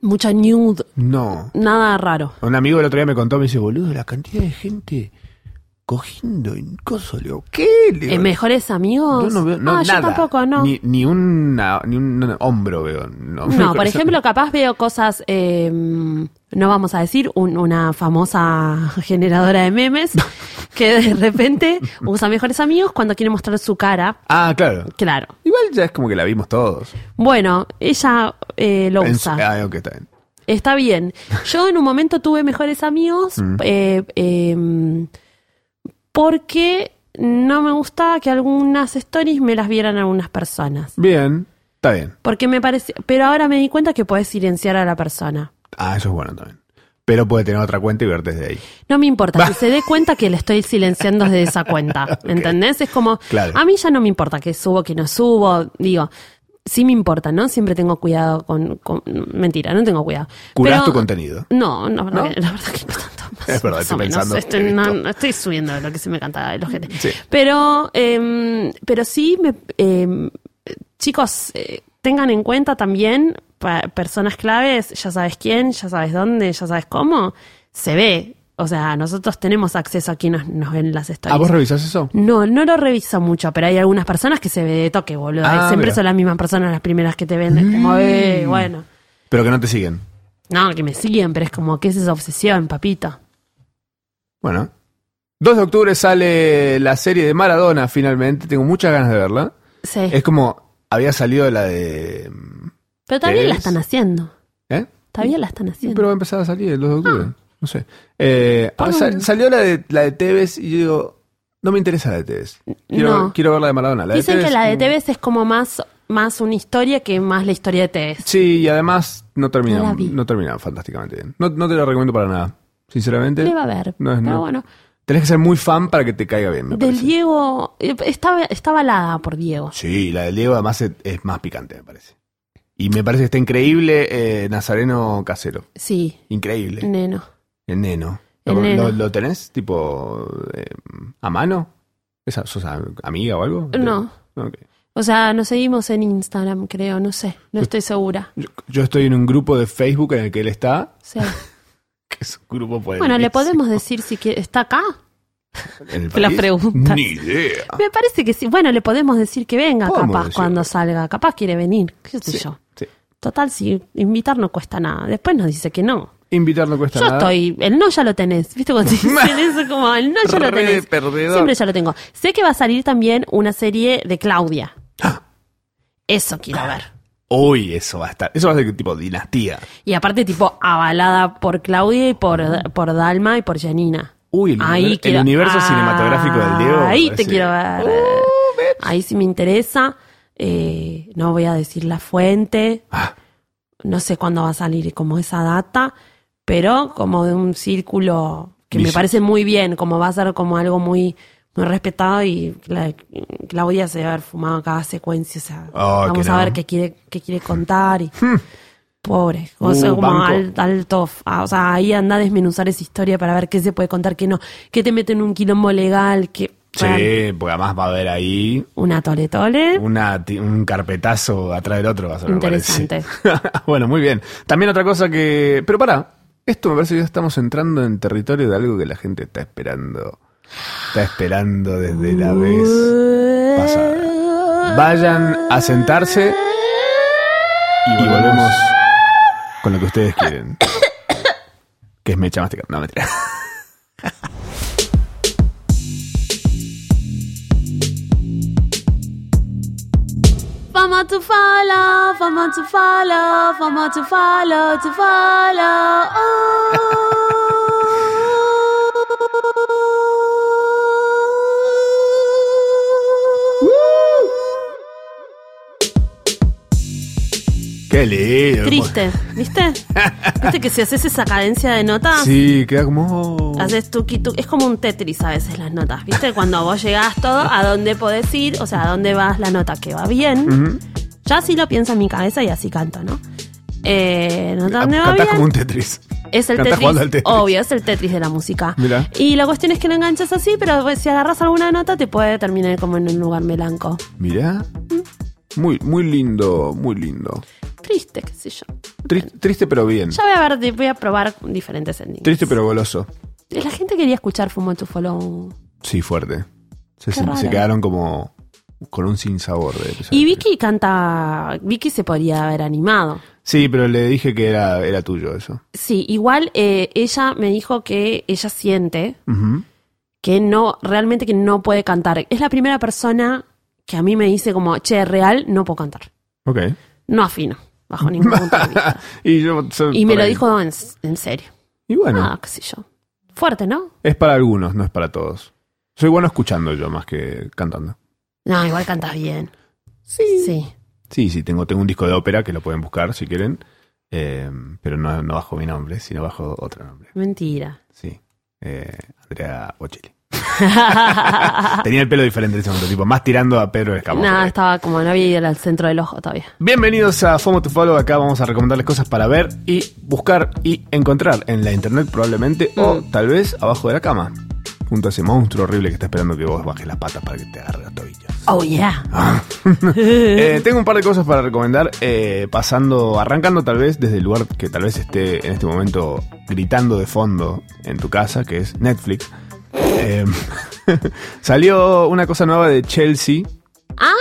B: Mucha nude,
C: No.
B: nada raro.
C: Un amigo el otro día me contó, me dice, boludo, la cantidad de gente cogiendo en coso. Le digo, ¿qué? Le digo,
B: ¿En mejores amigos?
C: Yo no veo no,
B: ah,
C: nada.
B: yo tampoco, no.
C: Ni, ni, una- ni un hombro veo. No,
B: No, por ejemplo, capaz veo cosas, eh, no vamos a decir, un- una famosa generadora de memes que de repente usa mejores amigos cuando quiere mostrar su cara.
C: Ah, claro.
B: Claro.
C: Igual ya es como que la vimos todos.
B: Bueno, ella eh, lo
C: En-
B: usa.
C: Ah, ok, está bien.
B: Está bien. Yo en un momento tuve mejores amigos
C: Mm.
B: eh, eh, porque no me gustaba que algunas stories me las vieran algunas personas.
C: Bien, está bien.
B: Porque me parece, pero ahora me di cuenta que puedes silenciar a la persona.
C: Ah, eso es bueno también. Pero puede tener otra cuenta y ver desde ahí.
B: No me importa, que se dé cuenta que le estoy silenciando desde esa cuenta, ¿entendés? Es como,
C: Claro.
B: a mí ya no me importa que subo, que no subo, digo, sí me importa, ¿no? Siempre tengo cuidado con, con- mentira, no tengo cuidado.
C: Curás
B: Pero-
C: tu contenido.
B: No, no, no, la verdad que no tanto más.
C: Es verdad,
B: más
C: estoy
B: o menos.
C: pensando,
B: Estoy,
C: he
B: no,
C: visto.
B: no estoy subiendo lo que se me canta el ojete.
C: Sí.
B: Pero, eh, pero sí, me, eh, chicos, eh, tengan en cuenta también pa- personas claves, ya sabes quién, ya sabes dónde, ya sabes cómo, se ve. O sea, nosotros tenemos acceso a quienes nos, nos ven las
C: ¿A Ah, vos
B: stories.
C: revisás eso?
B: no, no lo reviso mucho, pero hay algunas personas que se ve de toque, boludo.
C: Ah,
B: Siempre
C: mira. Mm.
B: son las mismas personas las primeras que te venden. Como, eh, bueno.
C: Pero que no te siguen.
B: No, que me siguen, pero es como, ¿qué es esa obsesión, papito?
C: Bueno. 2 de octubre sale la serie de Maradona finalmente. Tengo muchas ganas de verla.
B: Sí.
C: Es como había salido la de...
B: pero también
C: ¿qué
B: la
C: es?
B: están haciendo.
C: ¿Eh?
B: Todavía la están
C: Sí,
B: haciendo.
C: pero va a empezar a salir el 2 de
B: Ah.
C: octubre. No sé. Eh,
B: Por
C: ah, sal-
B: dónde.
C: salió la de, la de Tevez y yo digo, no me interesa la de Tevez. Quiero,
B: No.
C: quiero ver la de Maradona. La de
B: Dicen que
C: Tevez,
B: la de
C: como-
B: Tevez es como más, más una historia que más la historia de Tevez.
C: Sí, y además no
B: No
C: termina,
B: la vi.
C: no termina fantásticamente bien. No, no te la recomiendo para nada, sinceramente.
B: Le va a ver.
C: No es-
B: pero
C: no.
B: bueno.
C: Tenés que ser muy fan para que te caiga bien, me
B: Del
C: parece.
B: Diego. eh, Está, está balada por Diego.
C: Sí, la del Diego además es, es más picante, me parece. Y me parece que está increíble eh, Nazareno Casero.
B: Sí,
C: Increíble.
B: neno.
C: El neno.
B: El
C: ¿Lo,
B: neno.
C: lo- lo tenés tipo eh, a mano? ¿Esa, ¿Sos a- amiga o algo?
B: No.
C: Ok.
B: O sea, nos seguimos en Instagram, creo. No sé. No estoy segura.
C: Yo, yo estoy en un grupo de Facebook en el que él está,
B: Sí.
C: que es un grupo
B: Bueno, le
C: poderísimo.
B: podemos decir si quiere. ¿Está acá?
C: ¿En el
B: Te la
C: país?
B: preguntas.
C: Ni idea.
B: Me parece que sí. Bueno, le podemos decir que venga,
C: Podemos
B: capaz,
C: decirle.
B: cuando salga. Capaz quiere venir. ¿Qué sé
C: Sí,
B: yo?
C: sí.
B: Total, si invitar no cuesta nada. Después nos dice que no.
C: Invitar no cuesta
B: Yo
C: nada.
B: estoy, el no ya lo tenés, ¿viste? Cuando te dicen eso, como el no ya lo
C: Re
B: tenés.
C: perdedor.
B: Siempre ya lo tengo. Sé que va a salir también una serie de Claudia.
C: ¡Ah!
B: Eso quiero ver.
C: Uy, eso va a estar. Eso va a ser tipo dinastía.
B: Y aparte, tipo, avalada por Claudia y por, por Dalma y por Janina.
C: Uy, el,
B: Ahí
C: univer- el
B: quiero- Ah,
C: universo cinematográfico del Diego.
B: Ahí te
C: parece-
B: quiero ver.
C: Uh, ve-
B: Ahí sí me interesa. Eh, no voy a decir la fuente.
C: Ah.
B: No sé cuándo va a salir como esa data, pero como de un círculo que me
C: Dice-
B: parece muy bien, como va a ser como algo muy, muy respetado y la- Claudia se va a haber fumado cada secuencia. o sea,
C: Ah,
B: vamos
C: que
B: a
C: no. Hmm.
B: ver qué quiere, qué quiere contar. Y, Pobre, o
C: Uh,
B: sea, como
C: banco.
B: al- alto, f- ah, o sea, ahí anda a desmenuzar esa historia para ver qué se puede contar, qué no, que te meten un quilombo legal, que
C: Sí, porque además va a haber ahí
B: una tole tole.
C: una, ti- un carpetazo atrás del otro. Va a ser, me parece.
B: Interesante.
C: bueno, muy bien. También otra cosa que. Pero pará, esto me parece que ya estamos entrando en territorio de algo que la gente está esperando. Está esperando desde la vez. pasada. Vayan a sentarse y volvemos con lo que ustedes quieren. que es mecha masticada. No, mentira.
B: Fama to follow, fama to follow, fama to follow, to Oh. follow.
C: Qué lindo.
B: Triste, ¿viste? ¿Viste que si haces esa cadencia de notas?
C: Sí, queda como. oh.
B: Haces tuqui tuqui. Es como un Tetris a veces las notas, ¿viste? Cuando vos llegás todo, a dónde podés ir, o sea, a dónde vas la nota que va bien.
C: Ujú.
B: Ya así lo pienso en mi cabeza y así canto, ¿no? Eh, nota dónde va
C: Cantás
B: bien.
C: como un Tetris.
B: Es el
C: Cantás
B: Tetris,
C: jugando al Tetris.
B: obvio, es el Tetris de la música.
C: Mirá.
B: Y la cuestión es que no enganchas así, pero pues, si agarras alguna nota te puede terminar como en un lugar melanco.
C: Mirá. Muy, muy lindo, muy lindo.
B: Triste, qué sé yo.
C: Tris- triste pero bien.
B: Ya voy a ver, voy a probar diferentes endings. Eh,
C: Triste pero goloso.
B: La gente quería escuchar Fumo tu follow.
C: Sí, fuerte.
B: Qué
C: Se, se- se
B: raro.
C: quedaron como con un sinsabor de episodio.
B: Y Vicky canta. Vicky se podría haber animado.
C: Sí, pero le dije que era, era tuyo eso.
B: Sí, igual eh, ella me dijo que ella siente
C: Ujú.
B: que no, realmente que no puede cantar. Es la primera persona que a mí me dice como, che, real, no puedo cantar.
C: Ok.
B: No afino, bajo ningún punto de vista.
C: y yo, so-
B: Y me
C: por
B: lo
C: ahí.
B: dijo en, en serio.
C: Y bueno,
B: Ah, qué sé yo. Fuerte, ¿no?
C: es para algunos, no es para todos. Soy bueno escuchando yo más que cantando.
B: No, igual cantas bien. Sí. Sí.
C: Sí, sí, tengo, tengo un disco de ópera que lo pueden buscar si quieren. Eh, pero no, no bajo mi nombre, sino bajo otro nombre.
B: Mentira.
C: Sí. Eh, Andrea Bocelli. Tenía el pelo diferente en ese momento, tipo, más tirando a Pedro Escamoso.
B: Nada, estaba como, no había ido al centro del ojo todavía.
C: Bienvenidos a FOMO to Follow. Acá vamos a recomendarles cosas para ver y buscar y encontrar en la internet probablemente o tal vez abajo de la cama. Junto a ese monstruo horrible que está esperando que vos bajes las patas para que te agarre los tobillos.
B: Oh, yeah.
C: Eh, tengo un par de cosas para recomendar, eh, pasando, arrancando tal vez desde el lugar que tal vez esté en este momento gritando de fondo en tu casa, que es Netflix. Eh, salió una cosa nueva de Chelsea,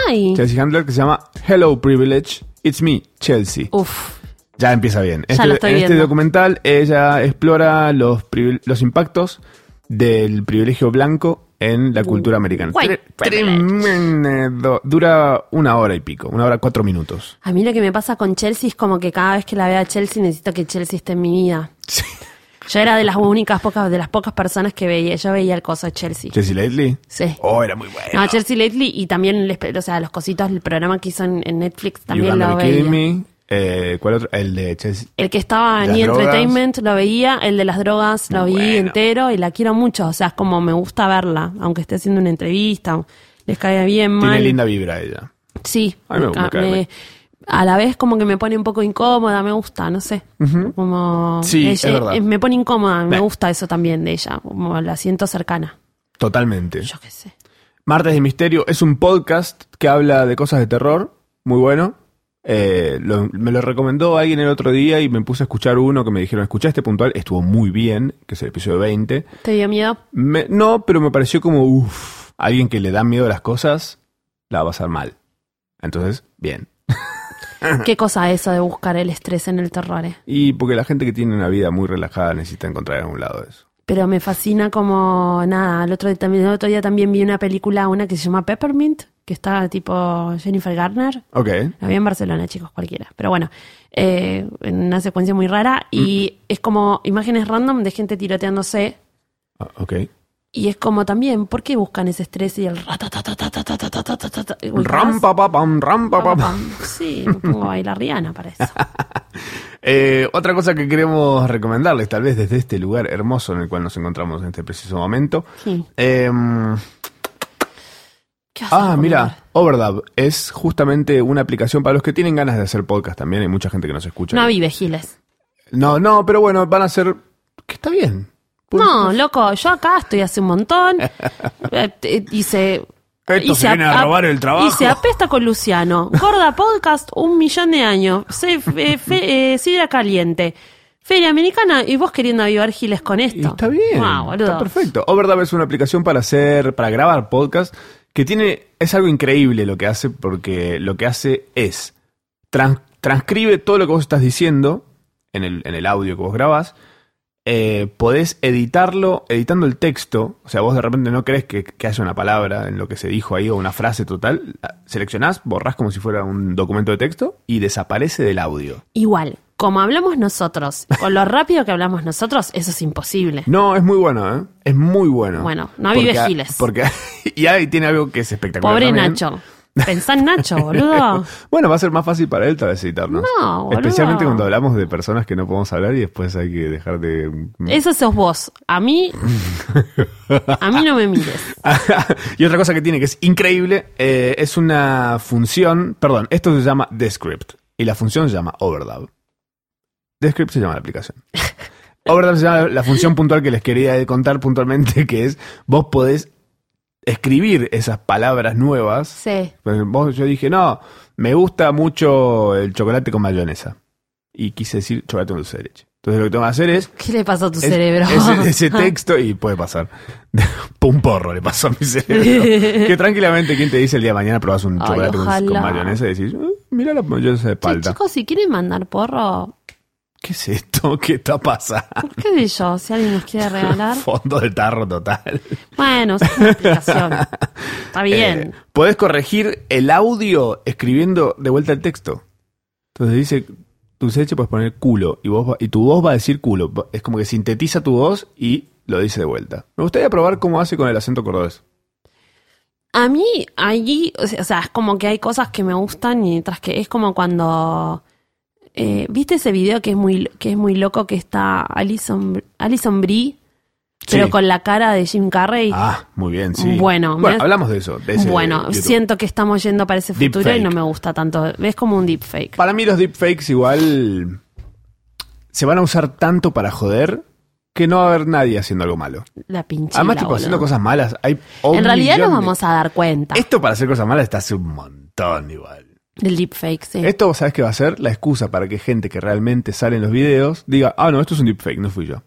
B: Ay.
C: Chelsea Handler, que se llama Hello Privilege, It's Me, Chelsea.
B: Uf.
C: Ya empieza bien. Este,
B: lo estoy
C: en este
B: viendo.
C: documental ella explora los, privil- los impactos del privilegio blanco en la cultura americana.
B: White privilege.
C: Tremendo. Dura una hora y pico, una hora cuatro minutos.
B: A mí lo que me pasa con Chelsea es como que cada vez que la veo a Chelsea necesito que Chelsea esté en mi vida.
C: Sí.
B: Yo era de las únicas pocas, de las pocas personas que veía. Yo veía el coso de Chelsea.
C: Jesse Lately.
B: Sí.
C: Oh, era muy bueno.
B: No, Chelsea Lately y también, el espe- o sea, los cositos, el programa que hizo en, en Netflix
C: You
B: también
C: Gotta
B: lo
C: Be Kidding
B: veía.
C: Me. Eh, ¿Cuál otro? El de Chelsea.
B: El que estaba en
C: Las
B: E!
C: drogas.
B: Entertainment lo veía, el de las drogas lo
C: Muy
B: vi
C: bueno.
B: entero y la quiero mucho. O sea, es como me gusta verla, aunque esté haciendo una entrevista, o les caiga bien,
C: Tiene
B: mal.
C: linda vibra ella.
B: Sí,
C: A mí
B: me
C: me gusta,
B: ca-
C: me-
B: me- a la vez como que me pone un poco incómoda, me gusta, no sé. Como
C: Sí,
B: ella-
C: es verdad.
B: eh, me pone incómoda, me
C: Eh.
B: gusta eso también de ella, como la siento cercana.
C: Totalmente.
B: Yo qué sé.
C: Martes de Misterio es un podcast que habla de cosas de terror, muy bueno. Eh, lo- me lo recomendó alguien el otro día y me puse a escuchar uno que me dijeron, escuché este puntual, estuvo muy bien, que es el episodio 20.
B: ¿Te dio miedo?
C: Me- no, pero me pareció como, uff, alguien que le da miedo a las cosas, la va a pasar mal. Entonces, bien.
B: ¿Qué cosa eso de buscar el estrés en el terror? eh?
C: Y porque la gente que tiene una vida muy relajada necesita encontrar en algún lado eso.
B: Pero me fascina como nada. El otro, día también, el otro día también vi una película, una que se llama Peppermint, que está tipo Jennifer Garner.
C: Ok.
B: La vi en Barcelona, chicos, cualquiera. Pero bueno, eh, en una secuencia muy rara y
C: Mm.
B: es como imágenes random de gente tiroteándose.
C: Ah, Ok.
B: Y es como también, ¿por qué buscan ese estrés y el ratatatatatatatatatatata? Uy,
C: Ram, pa, pa, pam, ram, pa, pa, pam.
B: Sí, me pongo a bailar Rihanna para eso.
C: Eh, otra cosa que queremos recomendarles, tal vez desde este lugar hermoso en el cual nos encontramos en este preciso momento.
B: Sí.
C: Eh,
B: ¿Qué vas a
C: ah,
B: recomendar?
C: mira, Overdub es justamente una aplicación para los que tienen ganas de hacer podcast también. Hay mucha gente que nos escucha.
B: No vive Giles.
C: no, no, pero bueno, van a hacer. que está bien. Punto.
B: No, loco, yo acá estoy hace un montón. Eh, eh, hice.
C: Estos se
B: ap-
C: vienen a
B: ap-
C: robar el trabajo.
B: Hice apesta con Luciano. Gorda podcast, un millón de años. Se, fe- fe- eh, sidra caliente. Feria americana y vos queriendo avivar giles con
C: Y
B: esto.
C: Está bien.
B: Guau, boludo.
C: Está perfecto. Overdub es una aplicación para hacer, para grabar podcast que tiene, es algo increíble lo que hace porque lo que hace es trans- transcribe todo lo que vos estás diciendo en el, en el audio que vos grabás. eh, podés editarlo, editando el texto, o sea, vos de repente no crees que, que haya una palabra en lo que se dijo ahí o una frase total, la- seleccionás, borrás como si fuera un documento de texto y desaparece del audio.
B: Igual, como hablamos nosotros, con lo rápido que hablamos nosotros, eso es imposible.
C: No, es muy bueno, ¿eh? Es muy bueno.
B: Bueno, no vive
C: Porque-
B: Giles.
C: Porque, y ahí tiene algo que es espectacular.
B: Pobre
C: también.
B: Nacho. Pensá en Nacho, boludo.
C: Bueno, va a ser más fácil para él tal vez editarnos.
B: No, boludo.
C: Especialmente cuando hablamos de personas que no podemos hablar y después hay que dejar de.
B: Eso sos vos. A mí. A mí no me mires.
C: y otra cosa que tiene que es increíble eh, es una función. Perdón, esto se llama Descript y la función se llama Overdub. Descript se llama la aplicación. Overtime se llama la función puntual que les quería contar puntualmente, que es vos podés escribir esas palabras nuevas.
B: Sí.
C: Pues vos, yo dije, no, me gusta mucho el chocolate con mayonesa. Y quise decir chocolate con dulce de leche. Entonces lo que tengo que hacer es
B: ¿Qué le pasó a tu
C: es-
B: cerebro?
C: Ese, ese texto y puede pasar. Un porro le pasó a mi cerebro. que tranquilamente, ¿quién te dice el día de mañana probás un
B: Ay,
C: chocolate con- con,
B: ojalá.
C: mayonesa y decís, "Eh, mirá la mayonesa de
B: Che,
C: palta?
B: chicos, si quieren mandar porro,
C: ¿Qué es esto? ¿Qué está pasando?
B: qué sé yo, si alguien nos quiere regalar.
C: Fondo de tarro total.
B: Bueno, es una explicación. Está bien.
C: Eh, podés corregir el audio escribiendo de vuelta el texto. Entonces dice, tu leche puedes poner culo y, vos va- y tu voz va a decir culo. Es como que sintetiza tu voz y lo dice de vuelta. Me gustaría probar cómo hace con el acento cordobés.
B: A mí, allí, o sea, o sea, es como que hay cosas que me gustan y otras que es como cuando. eh, ¿Viste ese video que es muy que es muy loco que está Alison, Alison Brie, pero
C: Sí.
B: con la cara de Jim Carrey?
C: Ah, muy bien, sí.
B: Bueno, me-
C: hablamos de eso. de ese
B: bueno,
C: YouTube.
B: siento que estamos yendo para ese futuro y
C: Deepfake.
B: no me gusta tanto. Es como un deepfake.
C: Para mí los deepfakes igual se van a usar tanto para joder que no va a haber nadie haciendo algo malo.
B: la pinche.
C: Además, tipo, haciendo cosas malas. Hay
B: En realidad nos
C: a
B: vamos a dar cuenta
C: Esto para hacer cosas malas está hace un montón igual.
B: del deepfake, sí.
C: Esto, ¿sabes qué va a ser? La excusa para que gente que realmente sale en los videos diga, ah, no, esto es un deepfake, no fui yo.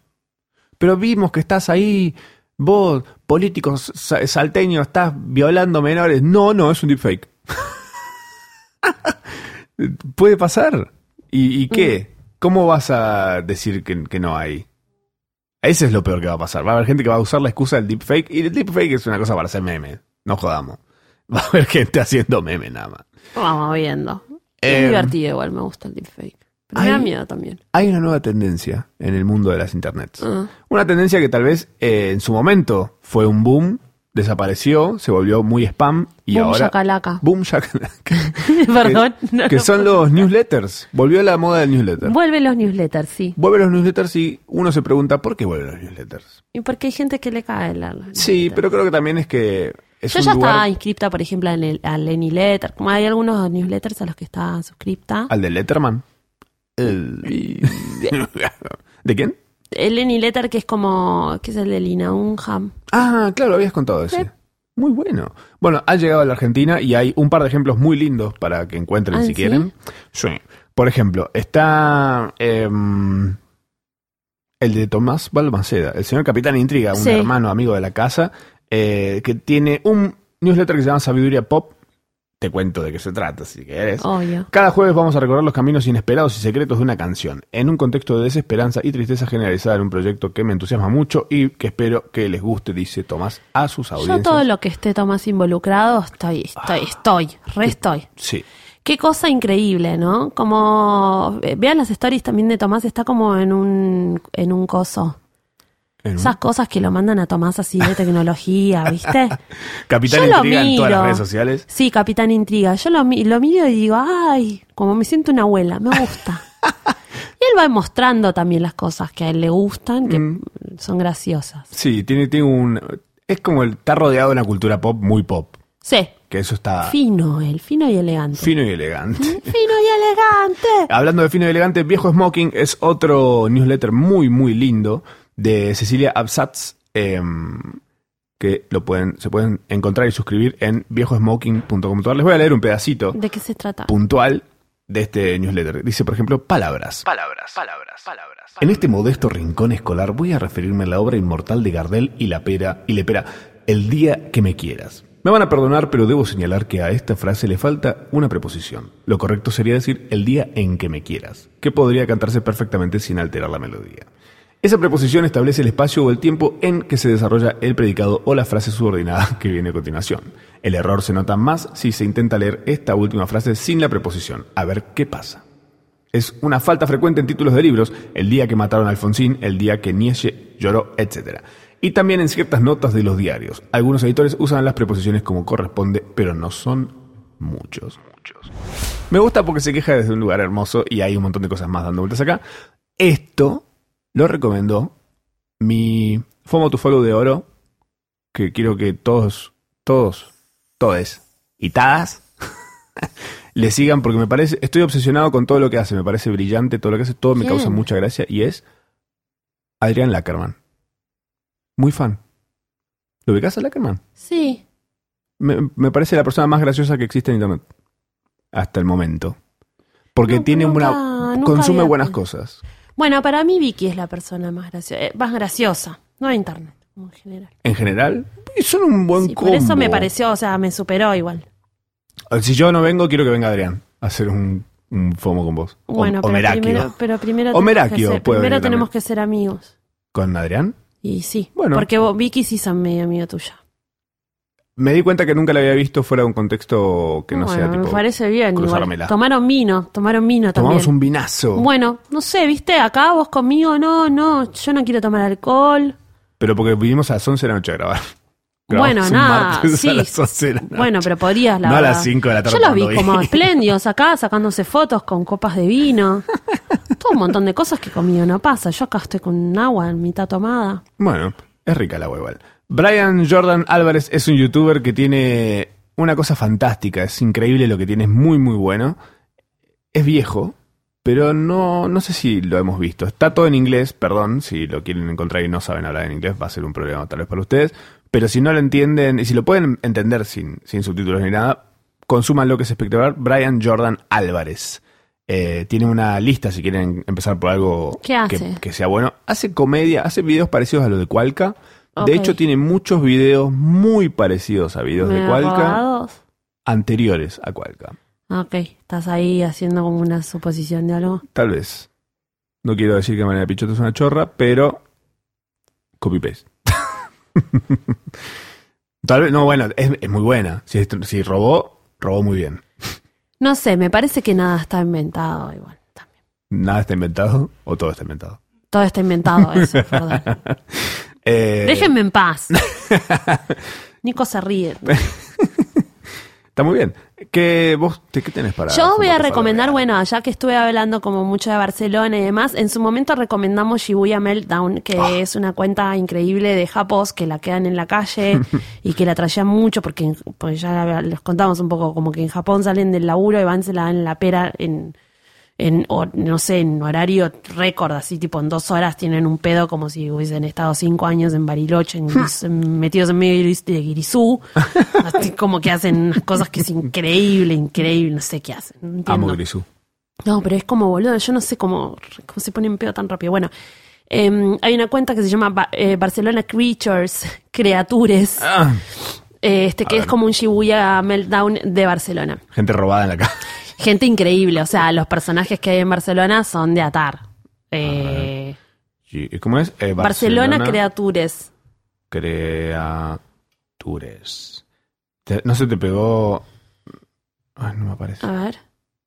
C: Pero vimos que estás ahí, vos, políticos sa- salteños, estás violando menores. No, no, es un deepfake. Puede pasar. ¿Y, y qué? ¿Cómo vas a decir que, que no hay? Ese es lo peor que va a pasar. Va a haber gente que va a usar la excusa del deepfake. Y el deepfake es una cosa para hacer meme. No jodamos. Va a haber gente haciendo meme nada más.
B: Vamos viendo.
C: Em,
B: es divertido igual, me gusta el deepfake. Pero me
C: hay-
B: da miedo también.
C: Hay una nueva tendencia en el mundo de las internets.
B: Ah.
C: Una tendencia que tal vez eh, en su momento fue un boom, desapareció, se volvió muy spam y
B: Boom
C: ahora...
B: shakalaka.
C: Boom shakalaka.
B: Perdón.
C: Que,
B: no,
C: que
B: no.
C: son los newsletters. Volvió la moda del newsletter.
B: Vuelven los newsletters, sí.
C: Vuelven los newsletters y uno se pregunta, ¿por qué vuelven los newsletters?
B: Y porque hay gente que le cae la. la
C: Sí,
B: newsletter.
C: pero creo que también es que... Es
B: Yo
C: un
B: ya
C: lugar-
B: estaba inscripta, por ejemplo, al, al Lenny Letter. Como hay algunos newsletters a los que está suscripta.
C: Al de Letterman. El- ¿De quién?
B: El Lenny Letter, que es como. que es el de Lina Unham.
C: Ah, claro, habías contado ese. Muy bueno. Bueno, ha llegado a la Argentina y hay un par de ejemplos muy lindos para que encuentren
B: Ah,
C: si
B: ¿sí?
C: quieren. Sí. Por ejemplo, está em, el de Tomás Balmaceda, el señor Capitán Intriga, un
B: Sí.
C: hermano amigo de la casa, eh, que tiene un newsletter que se llama Sabiduría Pop. Te cuento de qué se trata, si querés.
B: Obvio.
C: Cada jueves vamos a recorrer los caminos inesperados y secretos de una canción, en un contexto de desesperanza y tristeza generalizada en un proyecto que me entusiasma mucho y que espero que les guste, dice Tomás, a sus audiencias.
B: Yo todo lo que esté Tomás involucrado, estoy, estoy, estoy, re estoy.
C: Ah. Sí.
B: Qué cosa increíble, ¿no? Como eh, vean las stories también de Tomás, está como en un en un coso.
C: En un-
B: Esas cosas que lo mandan a Tomás así de tecnología, ¿viste?
C: Capitán
B: yo lo
C: Intriga en todas las
B: miro.
C: redes sociales.
B: Sí, Capitán Intriga. Yo lo, mi- lo miro y digo, ay, como me siento una abuela, me gusta. y él va mostrando también las cosas que a él le gustan, que
C: Mm.
B: son graciosas.
C: Sí, tiene, tiene un... Es como el... Está rodeado de una cultura pop muy pop,
B: Sí,
C: que eso está
B: fino él, fino y elegante.
C: fino y elegante.
B: Fino y elegante.
C: Hablando de fino y elegante, Viejo Smoking es otro newsletter muy, muy lindo de Cecilia Absatz, em, que lo pueden, se pueden encontrar y suscribir en viejosmoking.com. Les voy a leer un pedacito
B: ¿De qué se trata?
C: puntual de este newsletter. Dice, por ejemplo, palabras.
A: Palabras, palabras, palabras.
C: En este modesto rincón escolar voy a referirme a la obra inmortal de Gardel y la pera y Lepera, El día que me quieras. Me van a perdonar, pero debo señalar que a esta frase le falta una preposición. Lo correcto sería decir el día en que me quieras, que podría cantarse perfectamente sin alterar la melodía. Esa preposición establece el espacio o el tiempo en que se desarrolla el predicado o la frase subordinada que viene a continuación. El error se nota más si se intenta leer esta última frase sin la preposición. A ver qué pasa. Es una falta frecuente en títulos de libros, el día que mataron a Alfonsín, el día que Nietzsche lloró, etc. Y también en ciertas notas de los diarios. Algunos editores usan las preposiciones como corresponde, pero no son muchos. Me gusta porque se queja desde un lugar hermoso y hay un montón de cosas más dando vueltas acá. Esto lo recomendó mi FOMO tu follow de oro, que quiero que todos, todos, todes y tadas le sigan porque me parece, estoy obsesionado con todo lo que hace, me parece brillante todo lo que hace, todo me
B: Bien.
C: causa mucha gracia y es Adrián Lackerman. Muy fan. ¿Lo ubicás a Lackerman?
B: Sí.
C: Me, me parece la persona más graciosa que existe en internet. Hasta el momento. Porque
B: No,
C: tiene
B: nunca-
C: una.
B: nunca
C: consume
B: había-
C: buenas cosas.
B: Bueno, para mí Vicky es la persona más graciosa. eh, más graciosa. No de internet, como en general.
C: En general, y son un buen
B: Sí, por eso
C: combo. Ah,
B: me pareció, o sea, me superó igual.
C: Si yo no vengo, quiero que venga Adrián a hacer un, un FOMO con vos. O-
B: Bueno,
C: o
B: pero
C: Merakio.
B: primero, pero primero,
C: O
B: tenemos que
C: Merakio
B: ser-
C: puede
B: primero
C: venir
B: tenemos que ser amigos.
C: ¿Con Adrián?
B: Y sí,
C: Bueno.
B: porque vos, Vicky sí son medio amigo tuya.
C: Me di cuenta que nunca la había visto fuera de un contexto que no
B: bueno,
C: sea tipo.
B: me parece bien.
C: cruzármela.
B: Igual. Tomaron vino, tomaron vino también.
C: Tomamos un vinazo.
B: Bueno, no sé, viste, acá vos conmigo, no, no, yo no quiero tomar alcohol.
C: Pero porque vinimos a las 11 de la noche a grabar. Grabamos
B: Bueno,
C: un
B: nada,
C: martes
B: sí.
C: A las 11 de la noche.
B: Bueno, pero podías, la
C: No a
B: verdad.
C: las 5 de la tarde
B: Yo los
C: cuando
B: vi
C: vi.
B: como espléndidos acá, sacándose fotos con copas de vino. Todo un montón de cosas que conmigo no pasa. Yo acá estoy con un agua en mitad tomada.
C: Bueno, es rica la hueva. Brian Jordan Álvarez es un youtuber que tiene una cosa fantástica. Es increíble lo que tiene, es muy, muy bueno. Es viejo, pero no, no sé si lo hemos visto. Está todo en inglés, perdón, si lo quieren encontrar y no saben hablar en inglés, va a ser un problema tal vez para ustedes. Pero si no lo entienden, y si lo pueden entender sin, sin subtítulos ni nada, consuman lo que es espectacular. Brian Jordan Álvarez. Eh, tiene una lista si quieren empezar por algo
B: ¿Qué hace?
C: que- que sea bueno. Hace comedia, hace videos parecidos a los de Cualca.
B: Ok.
C: De hecho, tiene muchos videos muy parecidos a videos de
B: ¿Me
C: Cualca
B: robados?
C: anteriores a Cualca.
B: Ah, Ok, estás ahí haciendo como una suposición de algo.
C: Tal vez. No quiero decir que Mariana Pichotto es una chorra, pero. Copy paste. Tal vez, no, bueno, es, es muy buena. Si, es- si robó, robó muy bien.
B: No sé, me parece que nada está inventado igual. también.
C: Nada está inventado o todo está inventado.
B: Todo está inventado, eso, es verdad.
C: Eh,
B: Déjenme en paz. Nico se ríe.
C: Está muy bien. ¿Qué, vos, te- ¿Qué tenés para.? Ah,
B: Yo voy a
C: para-
B: recomendar, bueno, ya que estuve hablando como mucho de Barcelona y demás, en su momento recomendamos Shibuya Meltdown, que es una cuenta increíble de japos que la quedan en la calle y que la traían mucho porque, en- pues ya les contamos un poco, como que en Japón salen del laburo y van, se la dan en la pera en, en o- no sé, en horario récord, así tipo en dos horas tienen un pedo como si hubiesen estado cinco años en Bariloche, en Guiz- en- metidos en medio de Guirizú, así como que hacen unas cosas que es increíble, increíble, no sé qué hacen. no
C: Amo
B: entiendo.
C: Grisú.
B: No, pero es como boludo, yo no sé cómo, cómo se pone en pedo tan rápido. Bueno, em, hay una cuenta que se llama Ba- eh, Barcelona Creatures, Creatures,
C: Ah,
B: eh, este que es como un Shibuya Meltdown de Barcelona.
C: gente robada en la casa.
B: Gente increíble, o sea, los personajes que hay en Barcelona son de atar. Eh,
C: Y- ¿Cómo es? Eh,
B: Barcelona, Creatures.
C: Creatures. Te- no se te pegó. Ay, no me aparece.
B: A ver.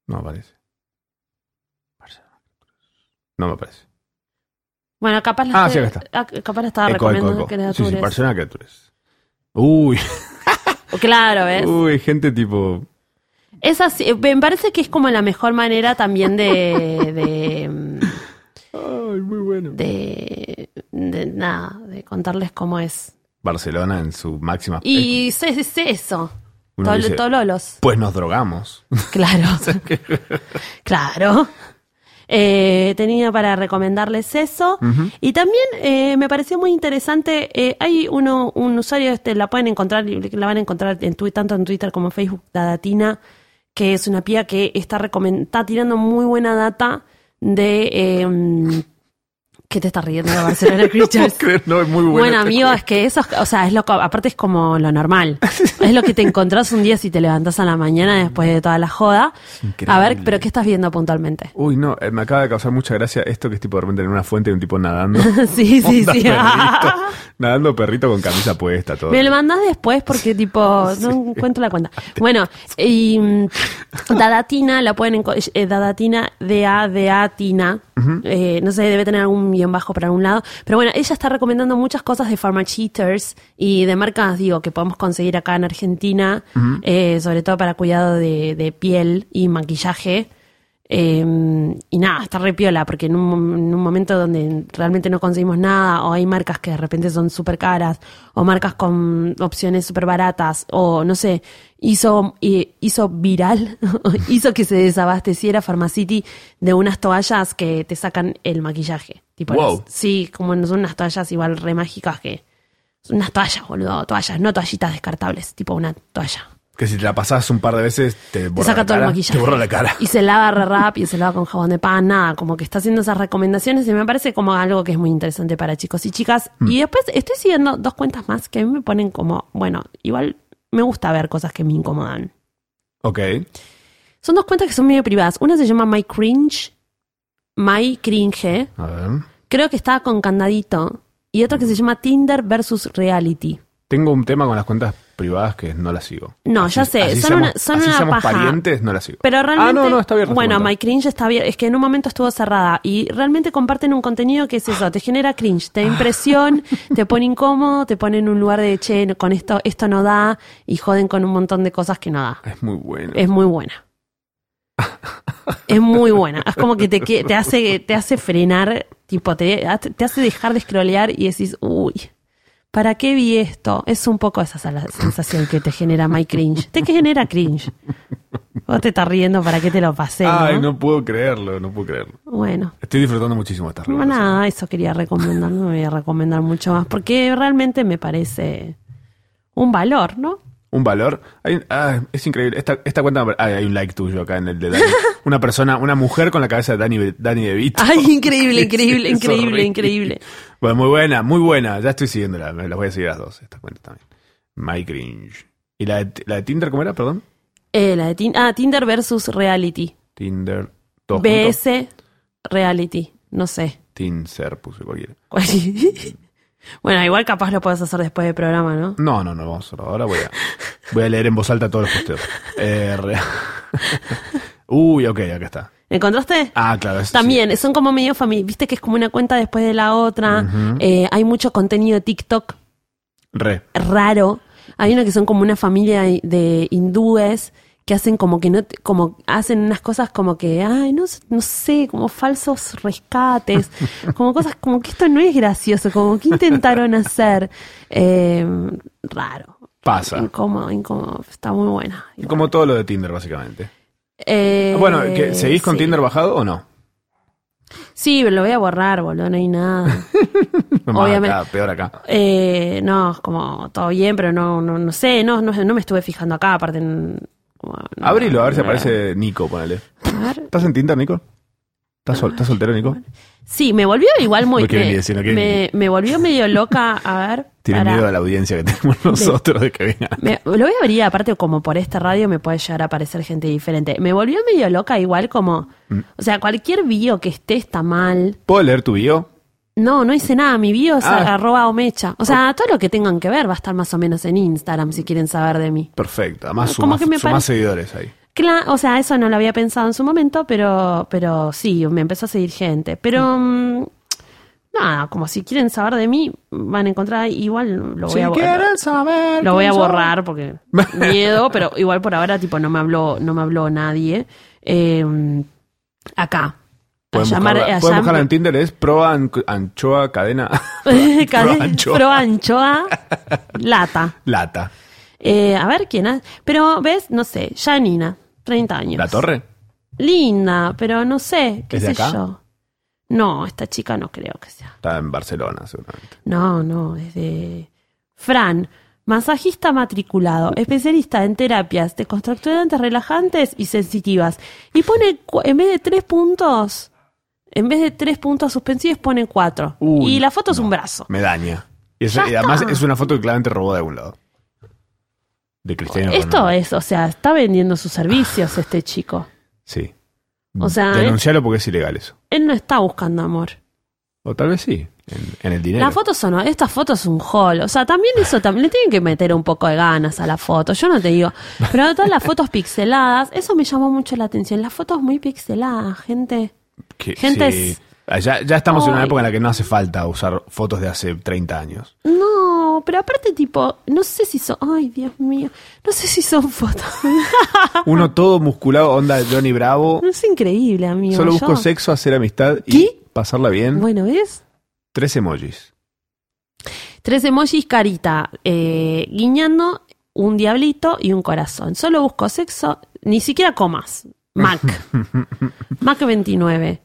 C: No me aparece. Barcelona. No me aparece.
B: Bueno, capaz la,
C: Ah,
B: estoy-
C: sí, acá está.
B: ah, capaz la estaba
C: Eco, eco,
B: recomendando
C: eco. Sí,
B: Creatures. Oh,
C: sí, Barcelona Creatures. Uy,
B: Claro, ¿ves?
C: uy, gente tipo.
B: Es así, eh, me parece que es como la mejor manera también de- de mm,
C: Ay, muy bueno.
B: de, de nada, de contarles cómo es.
C: Barcelona en su máxima.
B: Y es, es eso.
C: Uno
B: Tol-
C: dice-
B: Tololos.
C: Pues nos drogamos.
B: Claro. claro. Eh, tenía para recomendarles eso. Y también eh, me pareció muy interesante. eh, hay uno, un usuario, este, la pueden encontrar, y la van a encontrar en Twitter, tanto en Twitter como en Facebook, Dadatina, que es una pía que está, recomen- está tirando muy buena data de. eh, ¿Qué te estás riendo de Barcelona Creatures?
C: no, es muy bueno.
B: Bueno, amigo, es que eso, es- o sea, es lo, co- aparte es como lo normal. Es lo que te encontrás un día si te levantás a la mañana después de toda la joda.
C: increíble.
B: A ver, pero ¿qué estás viendo puntualmente?
C: Uy, no, eh, me acaba de causar mucha gracia esto que es tipo de repente en una fuente y un tipo nadando.
B: sí, sí,
C: Onda
B: sí.
C: perrito, nadando perrito con camisa puesta, todo.
B: Me lo mandás después porque, tipo, no encuentro la cuenta. Bueno, y mm, Dadatina, la pueden enco- eh, Dadatina, D-A-D-A-Tina. Eh, no sé, debe tener algún guión bajo para algún lado. Pero bueno, ella está recomendando muchas cosas de Pharma Cheaters y de marcas, digo, que podemos conseguir acá en Argentina, eh, sobre todo para cuidado de, de piel y maquillaje. Eh, y nada, está re piola, porque en un, mom- en un momento donde realmente no conseguimos nada, o hay marcas que de repente son súper caras, o marcas con opciones súper baratas, o no sé, hizo, eh, hizo viral, hizo que se desabasteciera Pharmacity de unas toallas que te sacan el maquillaje. Tipo,
C: Wow.
B: las- sí, como en- son unas toallas igual re mágicas que. son Unas toallas, boludo, toallas, no toallitas descartables, tipo una toalla.
C: Que si te la pasás un par de veces, te borra
B: te saca
C: la
B: todo el
C: cara.
B: maquillaje.
C: Te borra la cara.
B: Y se lava re rápido, se lava con jabón de pan, nada. Como que está haciendo esas recomendaciones y me parece como algo que es muy interesante para chicos y chicas.
C: Mm.
B: Y después estoy siguiendo dos cuentas más que a mí me ponen como, bueno, igual me gusta ver cosas que me incomodan.
C: Ok.
B: Son dos cuentas que son medio privadas. Una se llama My Cringe, My Cringe,
C: A ver.
B: creo que está con candadito. Y otra que se llama Tinder versus Reality.
C: Tengo un tema con las cuentas privadas que no las sigo.
B: No, ya sé, son
C: seamos-
B: una- son
C: así
B: una
C: seamos
B: paja.
C: parientes, no las sigo.
B: Pero realmente.
C: Ah, no, no, está abierta.
B: Bueno, My Cringe está abierta. Es que en un momento estuvo cerrada. Y realmente comparten un contenido que es eso. Te genera cringe, te da impresión, te pone incómodo, te pone en un lugar de che, no- con esto, esto no da. Y joden con un montón de cosas que no da.
C: Es muy bueno.
B: Es muy buena. Es muy buena. Es como que te, que- te, hace, te hace frenar, tipo, te, te hace dejar de scrollear y decís, uy, ¿para qué vi esto? Es un poco esa sa- la sensación que te genera My Cringe. Te genera cringe. Vos te estás riendo para qué te lo pasé.
C: Ay,
B: ¿no?
C: no puedo creerlo, no puedo creerlo.
B: Bueno.
C: Estoy disfrutando muchísimo esta
B: No,
C: reunión.
B: nada, eso quería recomendar, no me voy a recomendar mucho más, porque realmente me parece un valor, ¿no?
C: Un valor. Hay- ah, es increíble. Esta, esta cuenta. ah, hay un like tuyo acá en el de Dani. una persona, una mujer con la cabeza de Dani, Dani De Vito.
B: Ay, increíble,
C: Es-
B: increíble,
C: es
B: increíble,
C: horrible.
B: increíble.
C: Bueno, muy buena, muy buena. Ya estoy siguiéndola. me Las voy a seguir las dos, esta cuenta también. My Cringe. ¿Y la de, la de Tinder cómo era? Perdón.
B: Eh, la de Tin- ah, Tinder versus Reality.
C: Tinder. Todo junto.
B: BS Reality. No sé.
C: Tinser puse cualquiera.
B: Cuál- bueno, igual capaz lo puedes hacer después del programa, ¿no?
C: No, no, no, vamos a hacerlo. Ahora voy a, voy a leer en voz alta todos los posteos. Eh, re- Uy, ok, acá está.
B: ¿Encontraste?
C: Ah, claro. es-
B: También, son como medio familia. Viste que es como una cuenta después de la otra. Eh, hay mucho contenido de TikTok
C: sí, Re.
B: raro. Hay una que son como una familia de hindúes que hacen como que no, te- como hacen unas cosas como que, ay, no, s- no sé, como falsos rescates, como cosas como que esto no es gracioso, como que intentaron hacer. Eh, raro.
C: Pasa.
B: Incómodo, incómodo. Está muy buena.
C: Como todo lo de Tinder, básicamente.
B: Eh,
C: bueno, ¿que ¿seguís con
B: sí.
C: Tinder bajado o no?
B: Sí, pero lo voy a borrar, boludo, no hay nada.
C: Más
B: Obviamente.
C: acá, peor acá.
B: Eh, no, es como todo bien, pero no, no, no sé, no, no, no me estuve fijando acá, aparte. n- como, no,
C: Abrilo, a ver si
B: no era-
C: aparece Nico, ponele.
B: A ver.
C: ¿Estás en Tinder, Nico? ¿Estás, sol- estás soltero, Nico?
B: Sí, me volvió igual muy.
C: No quiere
B: me,
C: ni decir, no quiere
B: me- me volvió medio loca. A ver.
C: Tiene
B: pará.
C: miedo a la audiencia que tenemos nosotros de que venga.
B: Me- lo voy a abrir, aparte, como por esta radio me puede llegar a aparecer gente diferente. Me volvió medio loca, igual como.
C: Mm.
B: O sea, cualquier bio que esté está mal.
C: ¿Puedo leer tu bio?
B: No, no hice nada. Mi bio es
C: Ah.
B: arroba omecha. O sea, todo lo que tengan que ver va a estar más o menos en Instagram si quieren saber de mí.
C: Perfecto. Además,
B: Como
C: sumás,
B: que me
C: sumás
B: parece-
C: seguidores ahí.
B: Cla- o sea, eso no lo había pensado en su momento, pero, pero sí, me empezó a seguir gente. Pero mm, nada, como si quieren saber de mí, van a encontrar ahí. igual lo voy a borrar.
C: saber.
B: Lo voy a
C: quién soy.
B: borrar porque miedo, pero igual por ahora tipo no me habló, no me habló nadie. Eh, acá. A
C: Pueden
B: llamar, eh,
C: buscarla,
B: a
C: pueden
B: llam-
C: buscarla en Tinder, es proa anc- anchoa cadena
B: Cadena-
C: anchoa.
B: pro anchoa, lata.
C: lata.
B: Eh, a ver quién ha- Pero, ¿ves? No sé, Janina, 30 años.
C: ¿La torre?
B: Linda, pero no sé, qué
C: ¿Es de
B: sé
C: acá?
B: yo. No, esta chica no creo que sea.
C: Está en Barcelona, seguramente.
B: No, no, es de... Fran, masajista matriculado, especialista en terapias desconstructurantes, relajantes y sensitivas. Y pone, cu- en vez de tres puntos, en vez de tres puntos suspensivos, pone cuatro.
C: Uy,
B: y la foto es un brazo.
C: Me daña. Y, es-
B: Ya
C: y además
B: está.
C: es una foto que claramente robó de algún lado. De Cristiano
B: Esto
C: Ronaldo.
B: es, o sea, está vendiendo sus servicios este chico.
C: Sí.
B: O sea,
C: Denuncialo porque es ilegal eso.
B: Él no está buscando amor.
C: O tal vez sí, en, en el dinero.
B: Las fotos son, estas fotos es un haul. O sea, también eso también le tienen que meter un poco de ganas a la foto. Yo no te digo, pero todas las fotos pixeladas, eso me llamó mucho la atención. Las fotos muy pixeladas, gente.
C: Que-
B: gente
C: sí.
B: es-
C: Ah, Ya, ya estamos en una
B: Ay.
C: época en la que no hace falta usar fotos de hace 30 años.
B: No, pero aparte tipo, no sé si son, ay Dios mío, no sé si son fotos.
C: Uno todo musculado, onda Johnny Bravo.
B: es increíble, amigo.
C: Solo busco
B: yo-
C: sexo, hacer amistad y
B: ¿Qué?
C: pasarla bien.
B: Bueno, ¿ves?
C: Tres emojis.
B: Tres emojis, carita, eh, guiñando, un diablito y un corazón. Solo busco sexo, ni siquiera comas. Mac. Mac 29.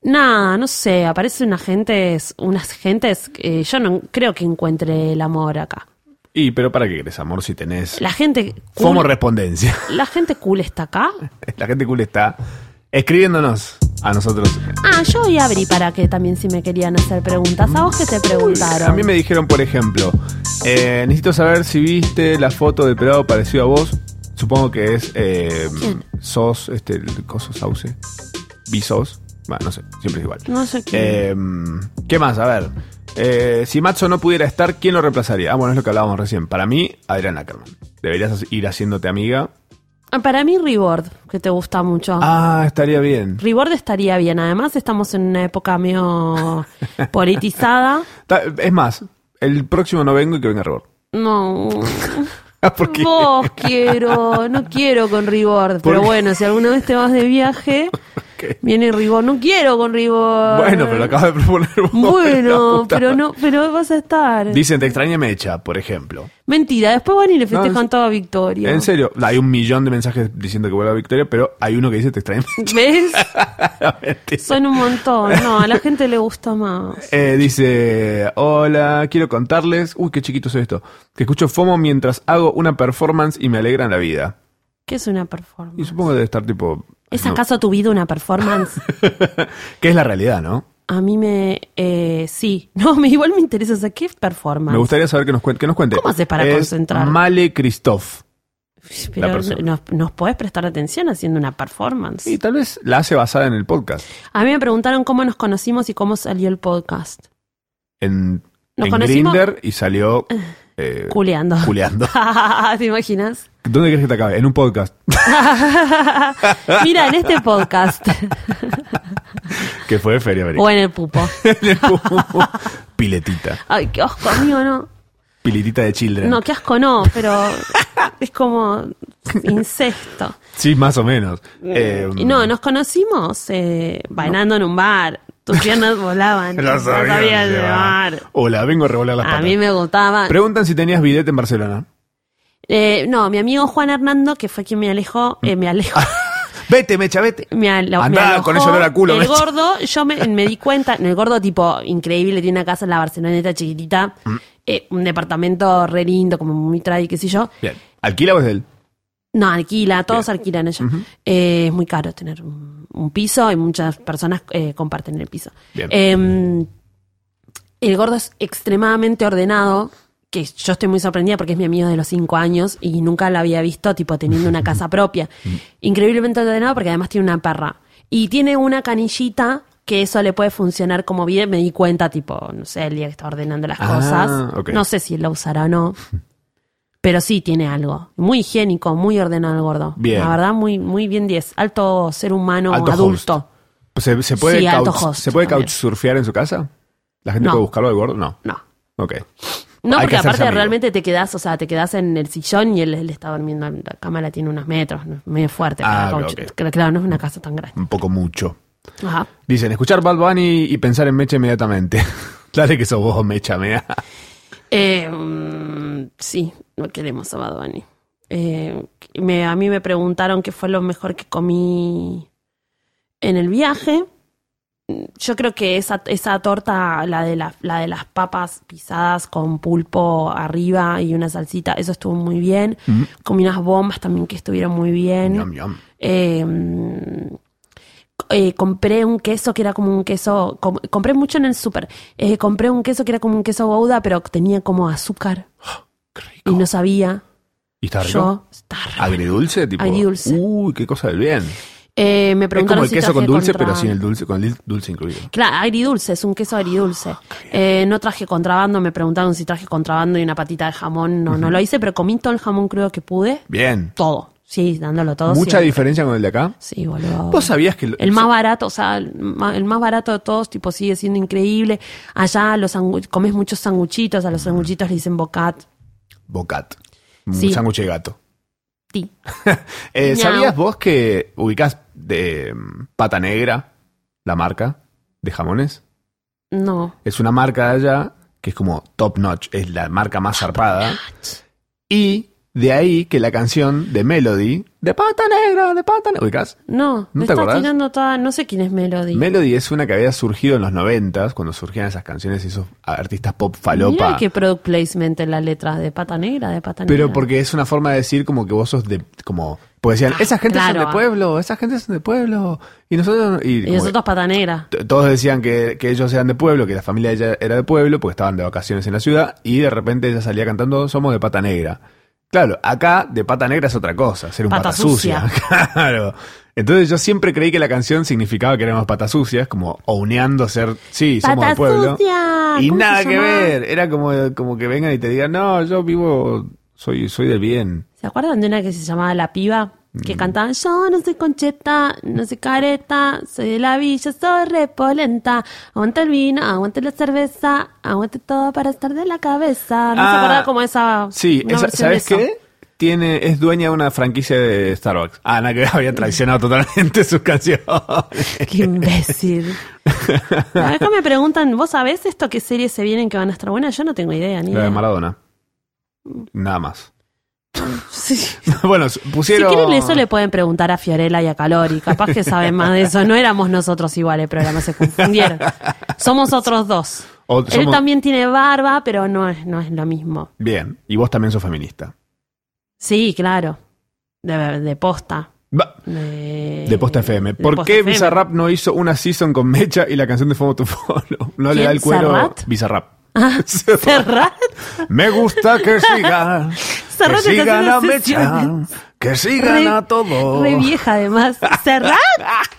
B: Nah, no sé, aparecen agentes, unas gentes, eh, yo no creo que encuentre el amor acá.
C: Y, pero ¿para qué querés, amor, si tenés
B: La gente cool,
C: FOMO Respondencia?
B: la gente cool está acá.
C: La gente cool está escribiéndonos a nosotros.
B: Ah, yo hoy abrí para que también si me querían hacer preguntas. ¿A vos qué te preguntaron?
C: A mí me dijeron, por ejemplo, eh, necesito saber si viste la foto del pelado parecido a vos. Supongo que es eh,
B: ¿Quién?
C: Sos, este, el coso sauce. Bisos. Bueno, no sé, siempre es igual.
B: No sé quién.
C: Eh, ¿Qué más? A ver. Eh, si Matzo no pudiera estar, ¿quién lo reemplazaría? Ah, bueno, es lo que hablábamos recién. Para mí, Adriana Ackerman. Deberías ir haciéndote amiga.
B: Ah, Para mí, Reward, que te gusta mucho.
C: Ah, estaría bien.
B: Reward estaría bien. Además, estamos en una época medio politizada.
C: Ta- Es más, el próximo no vengo y que venga Robert. Ah,
B: No.
C: Porque
B: Vos quiero, no quiero con Reward.
C: ¿Por
B: Pero
C: qué?
B: bueno, si alguna vez te vas de viaje, viene Reward. No quiero con Reward.
C: Bueno, pero lo acabas de proponer vos. la
B: Bueno,
C: puta
B: pero
C: madre.
B: no, pero vas a estar.
C: Dicen, te extraña Mecha, por ejemplo.
B: Mentira, después van y le
C: No,
B: festejan
C: es-
B: toda Victoria.
C: En serio, hay un millón de mensajes diciendo que vuelva Victoria, pero hay uno que dice, te extraña Mecha.
B: ¿Ves?
C: Mentira.
B: Son un montón. No, a la gente le gusta más.
C: Eh, dice, hola, quiero contarles, uy, qué chiquito es esto, que escucho FOMO mientras hago una performance y me alegran la vida.
B: ¿Qué es una
C: Y
B: performance?
C: supongo que debe estar tipo...
B: ¿Es
C: no,
B: acaso tu vida una performance?
C: que es la realidad, ¿no?
B: A mí me. eh, sí. No, me, igual me interesa. o sea, ¿Qué performance?
C: Me gustaría saber que nos cuente. Que nos cuente.
B: ¿Cómo haces para
C: Es
B: concentrar?
C: Male Christoph. la
B: Pero
C: persona.
B: nos, nos podés prestar atención haciendo una performance.
C: Y tal vez la hace basada en el podcast.
B: A mí me preguntaron cómo nos conocimos y cómo salió el podcast.
C: En,
B: Nos
C: en
B: conocimos-
C: Grindr y salió eh,
B: Culeando.
C: culeando.
B: ¿Te imaginas?
C: ¿Dónde crees que te acabe? En un podcast.
B: Mira, en este podcast.
C: que fue de Feria Americana.
B: o en el pupo.
C: Piletita.
B: Ay, qué asco, amigo, no.
C: Piletita de Children.
B: No, qué asco no, pero es como incesto.
C: Sí, más o menos. Eh,
B: Mm, Y no, nos conocimos eh, bailando en un bar. Tus piernas volaban.
C: lo sabías
B: sabías
C: llevar.
B: llevar.
C: Hola, vengo a revolar las
B: A
C: patas.
B: mí me gustaba.
C: Preguntan si tenías bidet en Barcelona.
B: Eh, no, mi amigo Juan Hernando, que fue quien me alejó, eh, me alejó.
C: Vete, mecha, vete.
B: Me alo-
C: Andá,
B: me alojó
C: con ese olor a culo,
B: El
C: Mecha.
B: gordo, yo me, me di cuenta, el gordo tipo increíble, tiene una casa en la Barceloneta chiquitita,
C: Mm.
B: eh, un departamento re lindo, como muy tradi, qué sé yo.
C: Bien. ¿Alquila o es de él?
B: No, alquila, todos alquilan ella. Eh, es muy caro tener un, un piso y muchas personas eh, comparten el piso.
C: Bien.
B: Eh, el gordo es extremadamente ordenado, que yo estoy muy sorprendida porque es mi amigo de los cinco años y nunca la había visto, tipo, teniendo una casa propia.
C: Mm.
B: Increíblemente ordenado porque además tiene una perra. Y tiene una canillita que eso le puede funcionar como bien. Me di cuenta, tipo, no sé, el día que está ordenando las
C: Ah,
B: cosas.
C: ok.
B: No sé si la usará o no. Pero sí tiene algo. Muy higiénico, muy ordenado el gordo.
C: Bien.
B: La verdad, muy, muy bien 10. Alto ser humano
C: Alto
B: adulto.
C: host. ¿Se, se puede,
B: Sí, alto
C: couch-
B: host
C: ¿se puede
B: también.
C: couchsurfear en su casa? ¿La gente
B: No.
C: puede buscarlo al gordo? No.
B: No.
C: Ok.
B: No,
C: Hay que
B: porque
C: hacerse
B: aparte
C: amigo.
B: realmente te quedás, o sea, te quedás en el sillón y él, él está durmiendo en la cama, la tiene unos metros, ¿no? medio fuerte.
C: Ah,
B: para
C: ok,
B: couch.
C: ok.
B: Claro, claro, no es una casa tan grande.
C: Un poco mucho.
B: Ajá.
C: Dicen, escuchar Bad Bunny y pensar en Mecha inmediatamente. Dale que sos vos, Mecha, mea.
B: Eh, mm, sí, no queremos a Bad Bunny. Eh, me- a mí me preguntaron qué fue lo mejor que comí en el viaje. Mm, Yo creo que esa, esa torta, la de, la, la de las papas pisadas con pulpo arriba y una salsita, eso estuvo muy bien. Comí unas bombas también que estuvieron muy bien.
C: Ñam, ñam.
B: Eh, mm, eh, compré un queso que era como un queso. com- compré mucho en el súper. Eh, compré un queso que era como un queso gouda, pero que tenía como azúcar.
C: Qué
B: Y
C: rico.
B: no sabía.
C: ¿Y está rico?
B: Yo. Está re-
C: ¿Agridulce? Tipo,
B: Agridulce.
C: Uy, qué cosa del bien.
B: Eh, me
C: Es como
B: preguntaron
C: el
B: si
C: queso con
B: traje
C: dulce,
B: contra-
C: pero sin el dulce, con el dulce incluido.
B: Claro, agridulce, es un queso agridulce.
C: Ah,
B: Eh, no traje contrabando, me preguntaron si traje contrabando y una patita de jamón. No, no lo hice, pero comí todo el jamón crudo que pude.
C: Bien.
B: Todo. Sí, dándolo todo.
C: Mucha
B: siempre.
C: diferencia con el de acá.
B: Sí, boludo.
C: ¿Vos sabías que...
B: Oh, El más barato, o sea, el ma- el más barato de todos, tipo, sigue siendo increíble. Allá los sangu- comes muchos sanguchitos, a los sanguchitos le dicen bocat.
C: Bocat.
B: Sí.
C: Un sándwich de gato.
B: Ti.
C: Eh,
B: Miau.
C: ¿Sabías vos que ubicás de mm, Pata Negra, la marca de jamones?
B: No.
C: Es una marca de allá que es como top notch, es la marca más zarpada. Y De ahí que la canción de Melody, de pata negra, de pata negra, ¿ubicás?
B: No,
C: ¿No
B: me
C: te
B: está
C: acordás?
B: tirando toda. No sé quién es Melody.
C: Melody es una que había surgido en los noventas, cuando surgían esas canciones y esos artistas pop falopa.
B: Mira que product placement en las letras de pata negra, de pata negra.
C: Pero porque es una forma de decir como que vos sos de, como, pues decían, esa gente
B: claro,
C: son
B: ah.
C: de pueblo, esa gente son de pueblo. Y nosotros, y,
B: Y
C: como
B: nosotros pata negra.
C: que t- todos decían que, que ellos eran de pueblo, que la familia de ella era de pueblo, porque estaban de vacaciones en la ciudad, y de repente ella salía cantando, somos de pata negra. Claro, acá de pata negra es otra cosa, ser un
B: Pata
C: pata, sucia. claro. Entonces yo siempre creí que la canción significaba que éramos patas sucias, como ouneando ser, sí, somos de
B: ¡Pata
C: pueblo.
B: sucia!
C: Y
B: ¿Cómo
C: nada
B: se
C: que
B: llamaba?
C: ver. Era como, como que vengan y te digan, no, yo vivo, soy, soy del bien.
B: ¿Se acuerdan de una que se llamaba La Piba?
C: Mm.
B: Que cantaba, yo no soy concheta, no soy careta, soy de la villa, soy repolenta. Aguante el vino, aguante la cerveza, aguante todo para estar de la cabeza. ¿No se
C: Ah,
B: acuerdan como esa?
C: Sí,
B: una
C: esa-
B: versión de
C: ¿sabes
B: eso?
C: qué? Tiene, es dueña de una franquicia de Starbucks. Ah, nada que ver, había traicionado totalmente sus canciones.
B: Qué imbécil. Acá me preguntan, ¿vos sabés esto qué series se vienen que van a estar buenas? Yo no tengo idea, ni
C: La de
B: idea.
C: Maradona. Nada más.
B: Sí.
C: bueno, s-
B: Si
C: pusieron.
B: quieren eso le pueden preguntar a Fiorella y a Calori, capaz que saben más de eso. No éramos nosotros igual el programa, se confundieron. Somos otros dos.
C: O
B: Él
C: somos-
B: también tiene barba, pero no es, no es lo mismo.
C: Bien, y vos también sos feminista.
B: Sí, claro. De, de posta.
C: Va,
B: De,
C: De Posta FM.
B: de
C: ¿Por
B: Posta
C: qué
B: FM.
C: Bizarrap no hizo una season con Mecha y la canción de Fomo tu Follow? No le
B: ¿Quién?
C: da el cuero.
B: ¿Serrat?
C: Bizarrap.
B: Ah, Serrat.
C: Me gusta que sigan.
B: Serrat
C: que
B: está
C: sigan
B: haciendo
C: a Mecha.
B: sesiones.
C: Que sigan
B: Re-
C: a todos.
B: Re vieja además. Serrat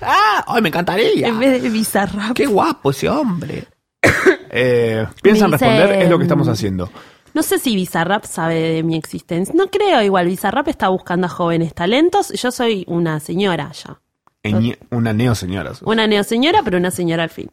C: ¡Ay, me encantaría!
B: en vez de bizarrap.
C: ¡Qué guapo ese hombre! Eh, piensan
B: Me dice,
C: responder, es lo que
B: mm,
C: estamos haciendo.
B: No sé si Bizarrap sabe de mi existencia. No creo igual. Bizarrap está buscando a jóvenes talentos. Yo soy una señora ya.
C: Eñe- una neo señora.
B: Una neoseñora, pero una señora al fin.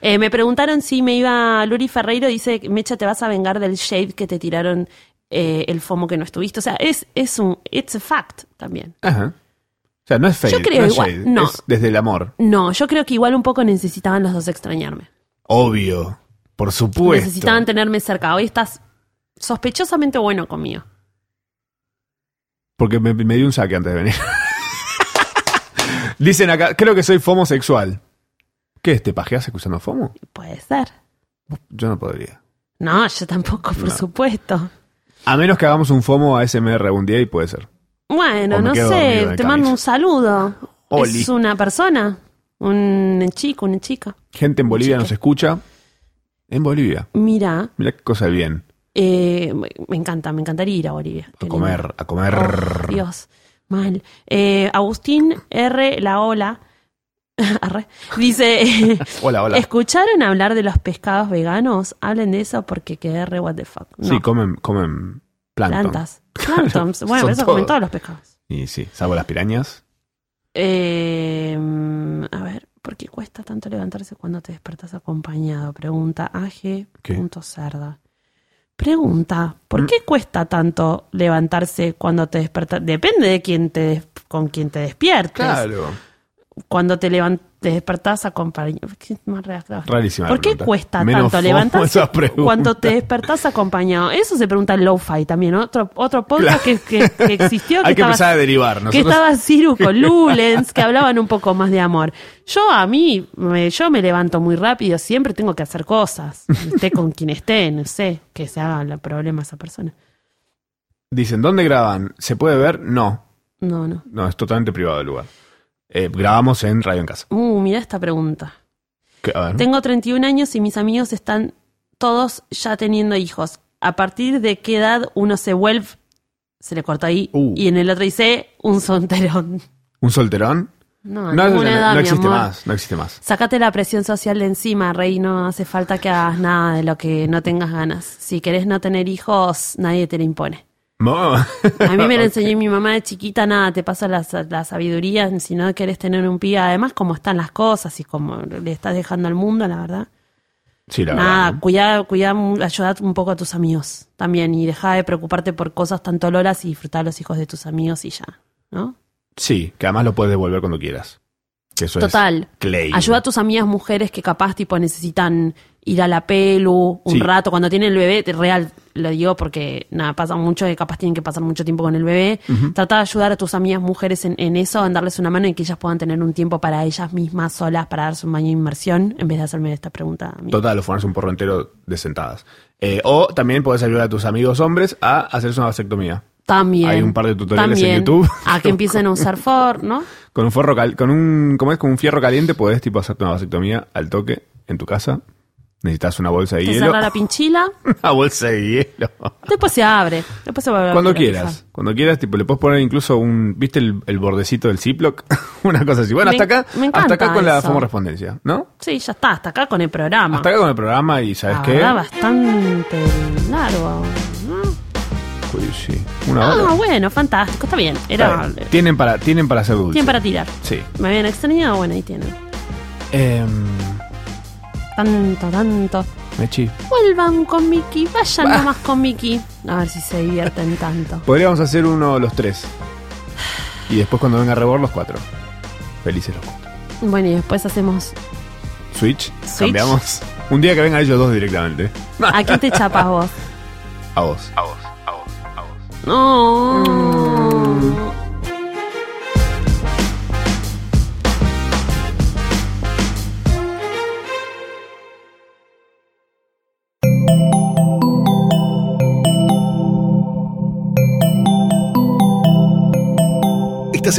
B: Eh, me preguntaron si me iba. Luri Ferreiro dice: Mecha, te vas a vengar del shade que te tiraron eh, el FOMO que no estuviste. O sea, es, es un. It's a fact también.
C: Ajá. O sea, no es fake.
B: Yo creo
C: no es
B: igual,
C: shade,
B: no.
C: es desde el amor.
B: No, yo creo que igual un poco necesitaban los dos extrañarme.
C: Obvio. Por supuesto.
B: Necesitaban tenerme cerca. Hoy estás sospechosamente bueno conmigo.
C: Porque me, me di un saque antes de venir. Dicen acá, creo que soy fomosexual. ¿Qué es? ¿Te pajeás escuchando FOMO?
B: Puede ser.
C: Yo no podría.
B: No, yo tampoco, por
C: No.
B: supuesto.
C: A menos que hagamos un FOMO ASMR un día y puede ser.
B: Bueno,
C: O me
B: no
C: quedo dormido en
B: sé,
C: el
B: te mando
C: camino.
B: un saludo.
C: Oli.
B: Es una persona, un chico, una chica.
C: Gente en Bolivia
B: Chica.
C: nos escucha. En Bolivia.
B: Mira,
C: Mirá qué cosa de bien.
B: eh, me encanta, me encantaría ir a Bolivia. Qué
C: A
B: lindo.
C: comer, a comer.
B: Oh, Dios, mal. Eh, Agustín R. La Ola arre, dice: eh,
C: Hola, hola.
B: ¿Escucharon hablar de los pescados veganos? Hablen de eso porque quedé re what the fuck. No,
C: Sí, comen, comen plancton.
B: plantas. Plantoms. Bueno,
C: son
B: eso comen
C: todos.
B: todos los pescados.
C: Y sí, salvo las pirañas.
B: Eh, a ver, ¿por qué cuesta tanto levantarse cuando te despertas acompañado? Pregunta
C: ¿Qué? Mm.
B: AG.cerda. Pregunta, ¿por qué cuesta tanto levantarse cuando te despertas? Depende de quién te des- con quién te despiertes. Cuando te levan- te despertás acompañado. Qué más redactado.
C: Rarísima la
B: ¿Por qué
C: pregunta.
B: cuesta
C: Menos
B: tanto
C: fomo
B: levantarse
C: esa pregunta.
B: cuando te despertás acompañado? Eso se pregunta en Lo-Fi también, otro, otro podcast que, que- que existió. que
C: Hay que
B: estaba-
C: empezar a derivar. Nosotros,
B: que estaba Ciru con Lulens, que hablaban un poco más de amor. Yo a mí, me- yo me levanto muy rápido, siempre tengo que hacer cosas. Esté con quien esté, no sé, que se haga el problema a esa persona.
C: Dicen, ¿dónde graban? ¿Se puede ver? No.
B: No, no.
C: No, es totalmente privado el lugar. Eh, grabamos en Radio en Casa.
B: Uh, mira esta pregunta.
C: Que- a ver.
B: Tengo 31 años y mis amigos están todos ya teniendo hijos. ¿A partir de qué edad uno se vuelve? Se le corta ahí.
C: Uh.
B: Y en el otro dice un solterón.
C: ¿Un solterón?
B: No,
C: No, eso
B: ninguna
C: ya no-
B: Ah, edad,
C: no
B: mi
C: existe
B: amor.
C: más. No existe más.
B: Sácate la presión social de encima, Rey. No hace falta que hagas nada de lo que no tengas ganas. Si querés no tener hijos, nadie te lo impone.
C: Mo-
B: A mí me lo enseñó mi mamá de chiquita, nada, te pasa la, sa- la sabiduría. Si no querés tener un pibe, además, cómo están las cosas y cómo le estás dejando al mundo, la verdad.
C: sí, la
B: nada,
C: verdad.
B: cuidá, cuidá, mu- ayudá un poco a tus amigos también y deja de preocuparte por cosas tan toloras y disfrutar a los hijos de tus amigos y ya, ¿no?
C: Sí, que además lo puedes devolver cuando quieras. Que eso es
B: Total.
C: Clay.
B: Ayuda a tus amigas mujeres que capaz tipo necesitan ir a la pelu un
C: Sí.
B: rato. Cuando tienen el bebé, te- real, lo digo porque nada, pasa mucho que capaz tienen que pasar mucho tiempo con el bebé. Trata de ayudar a tus amigas mujeres en, en eso, en darles una mano y que ellas puedan tener un tiempo para ellas mismas solas, para darse un baño de inmersión, en vez de hacerme esta pregunta a mí.
C: Total, o fumarse un porro entero de sentadas. Eh, o también podés ayudar a tus amigos hombres a hacerse una vasectomía.
B: También.
C: Hay un par de tutoriales
B: también,
C: en YouTube.
B: A que empiecen a usar Ford, ¿no?
C: Con un forro cal- con un, ¿cómo es? Con un fierro caliente podés tipo hacerte una vasectomía al toque en tu casa. Necesitas una bolsa de
B: Te
C: hielo.
B: cerra la pinchila.
C: una bolsa de hielo.
B: Después se abre. Después se va a volver
C: Cuando
B: a
C: quieras, cuando quieras, tipo, le puedes poner incluso un, ¿viste el, el bordecito del Ziploc? Una cosa así. Bueno,
B: Me-
C: hasta acá,
B: me
C: hasta acá
B: encanta
C: con la
B: eso.
C: fomorrespondencia, ¿no?
B: Sí, ya está, hasta acá con el programa.
C: Hasta acá con el programa y ¿sabes
B: La
C: qué?
B: verdad, bastante largo. ¿no?
C: Uy, sí. Una hora.
B: Ah, bueno, fantástico, está bien.
C: Está
B: Era
C: bien. Tienen para, tienen para hacer dulce.
B: tienen para tirar.
C: Sí.
B: Me habían extrañado, bueno, ahí tienen.
C: Em,
B: Tanto, tanto.
C: Mechi,
B: Vuelvan con Mickey, vayan nomás con Mickey. A ver si se divierten tanto.
C: podríamos hacer uno los tres. Y después cuando venga Rebor, los cuatro. Felices los cuatro.
B: Bueno, y después hacemos.
C: Switch,
B: Switch.
C: cambiamos. Un día que vengan ellos dos directamente.
B: ¿A quién te chapas vos?
C: A vos.
B: No. Mm.
A: Estás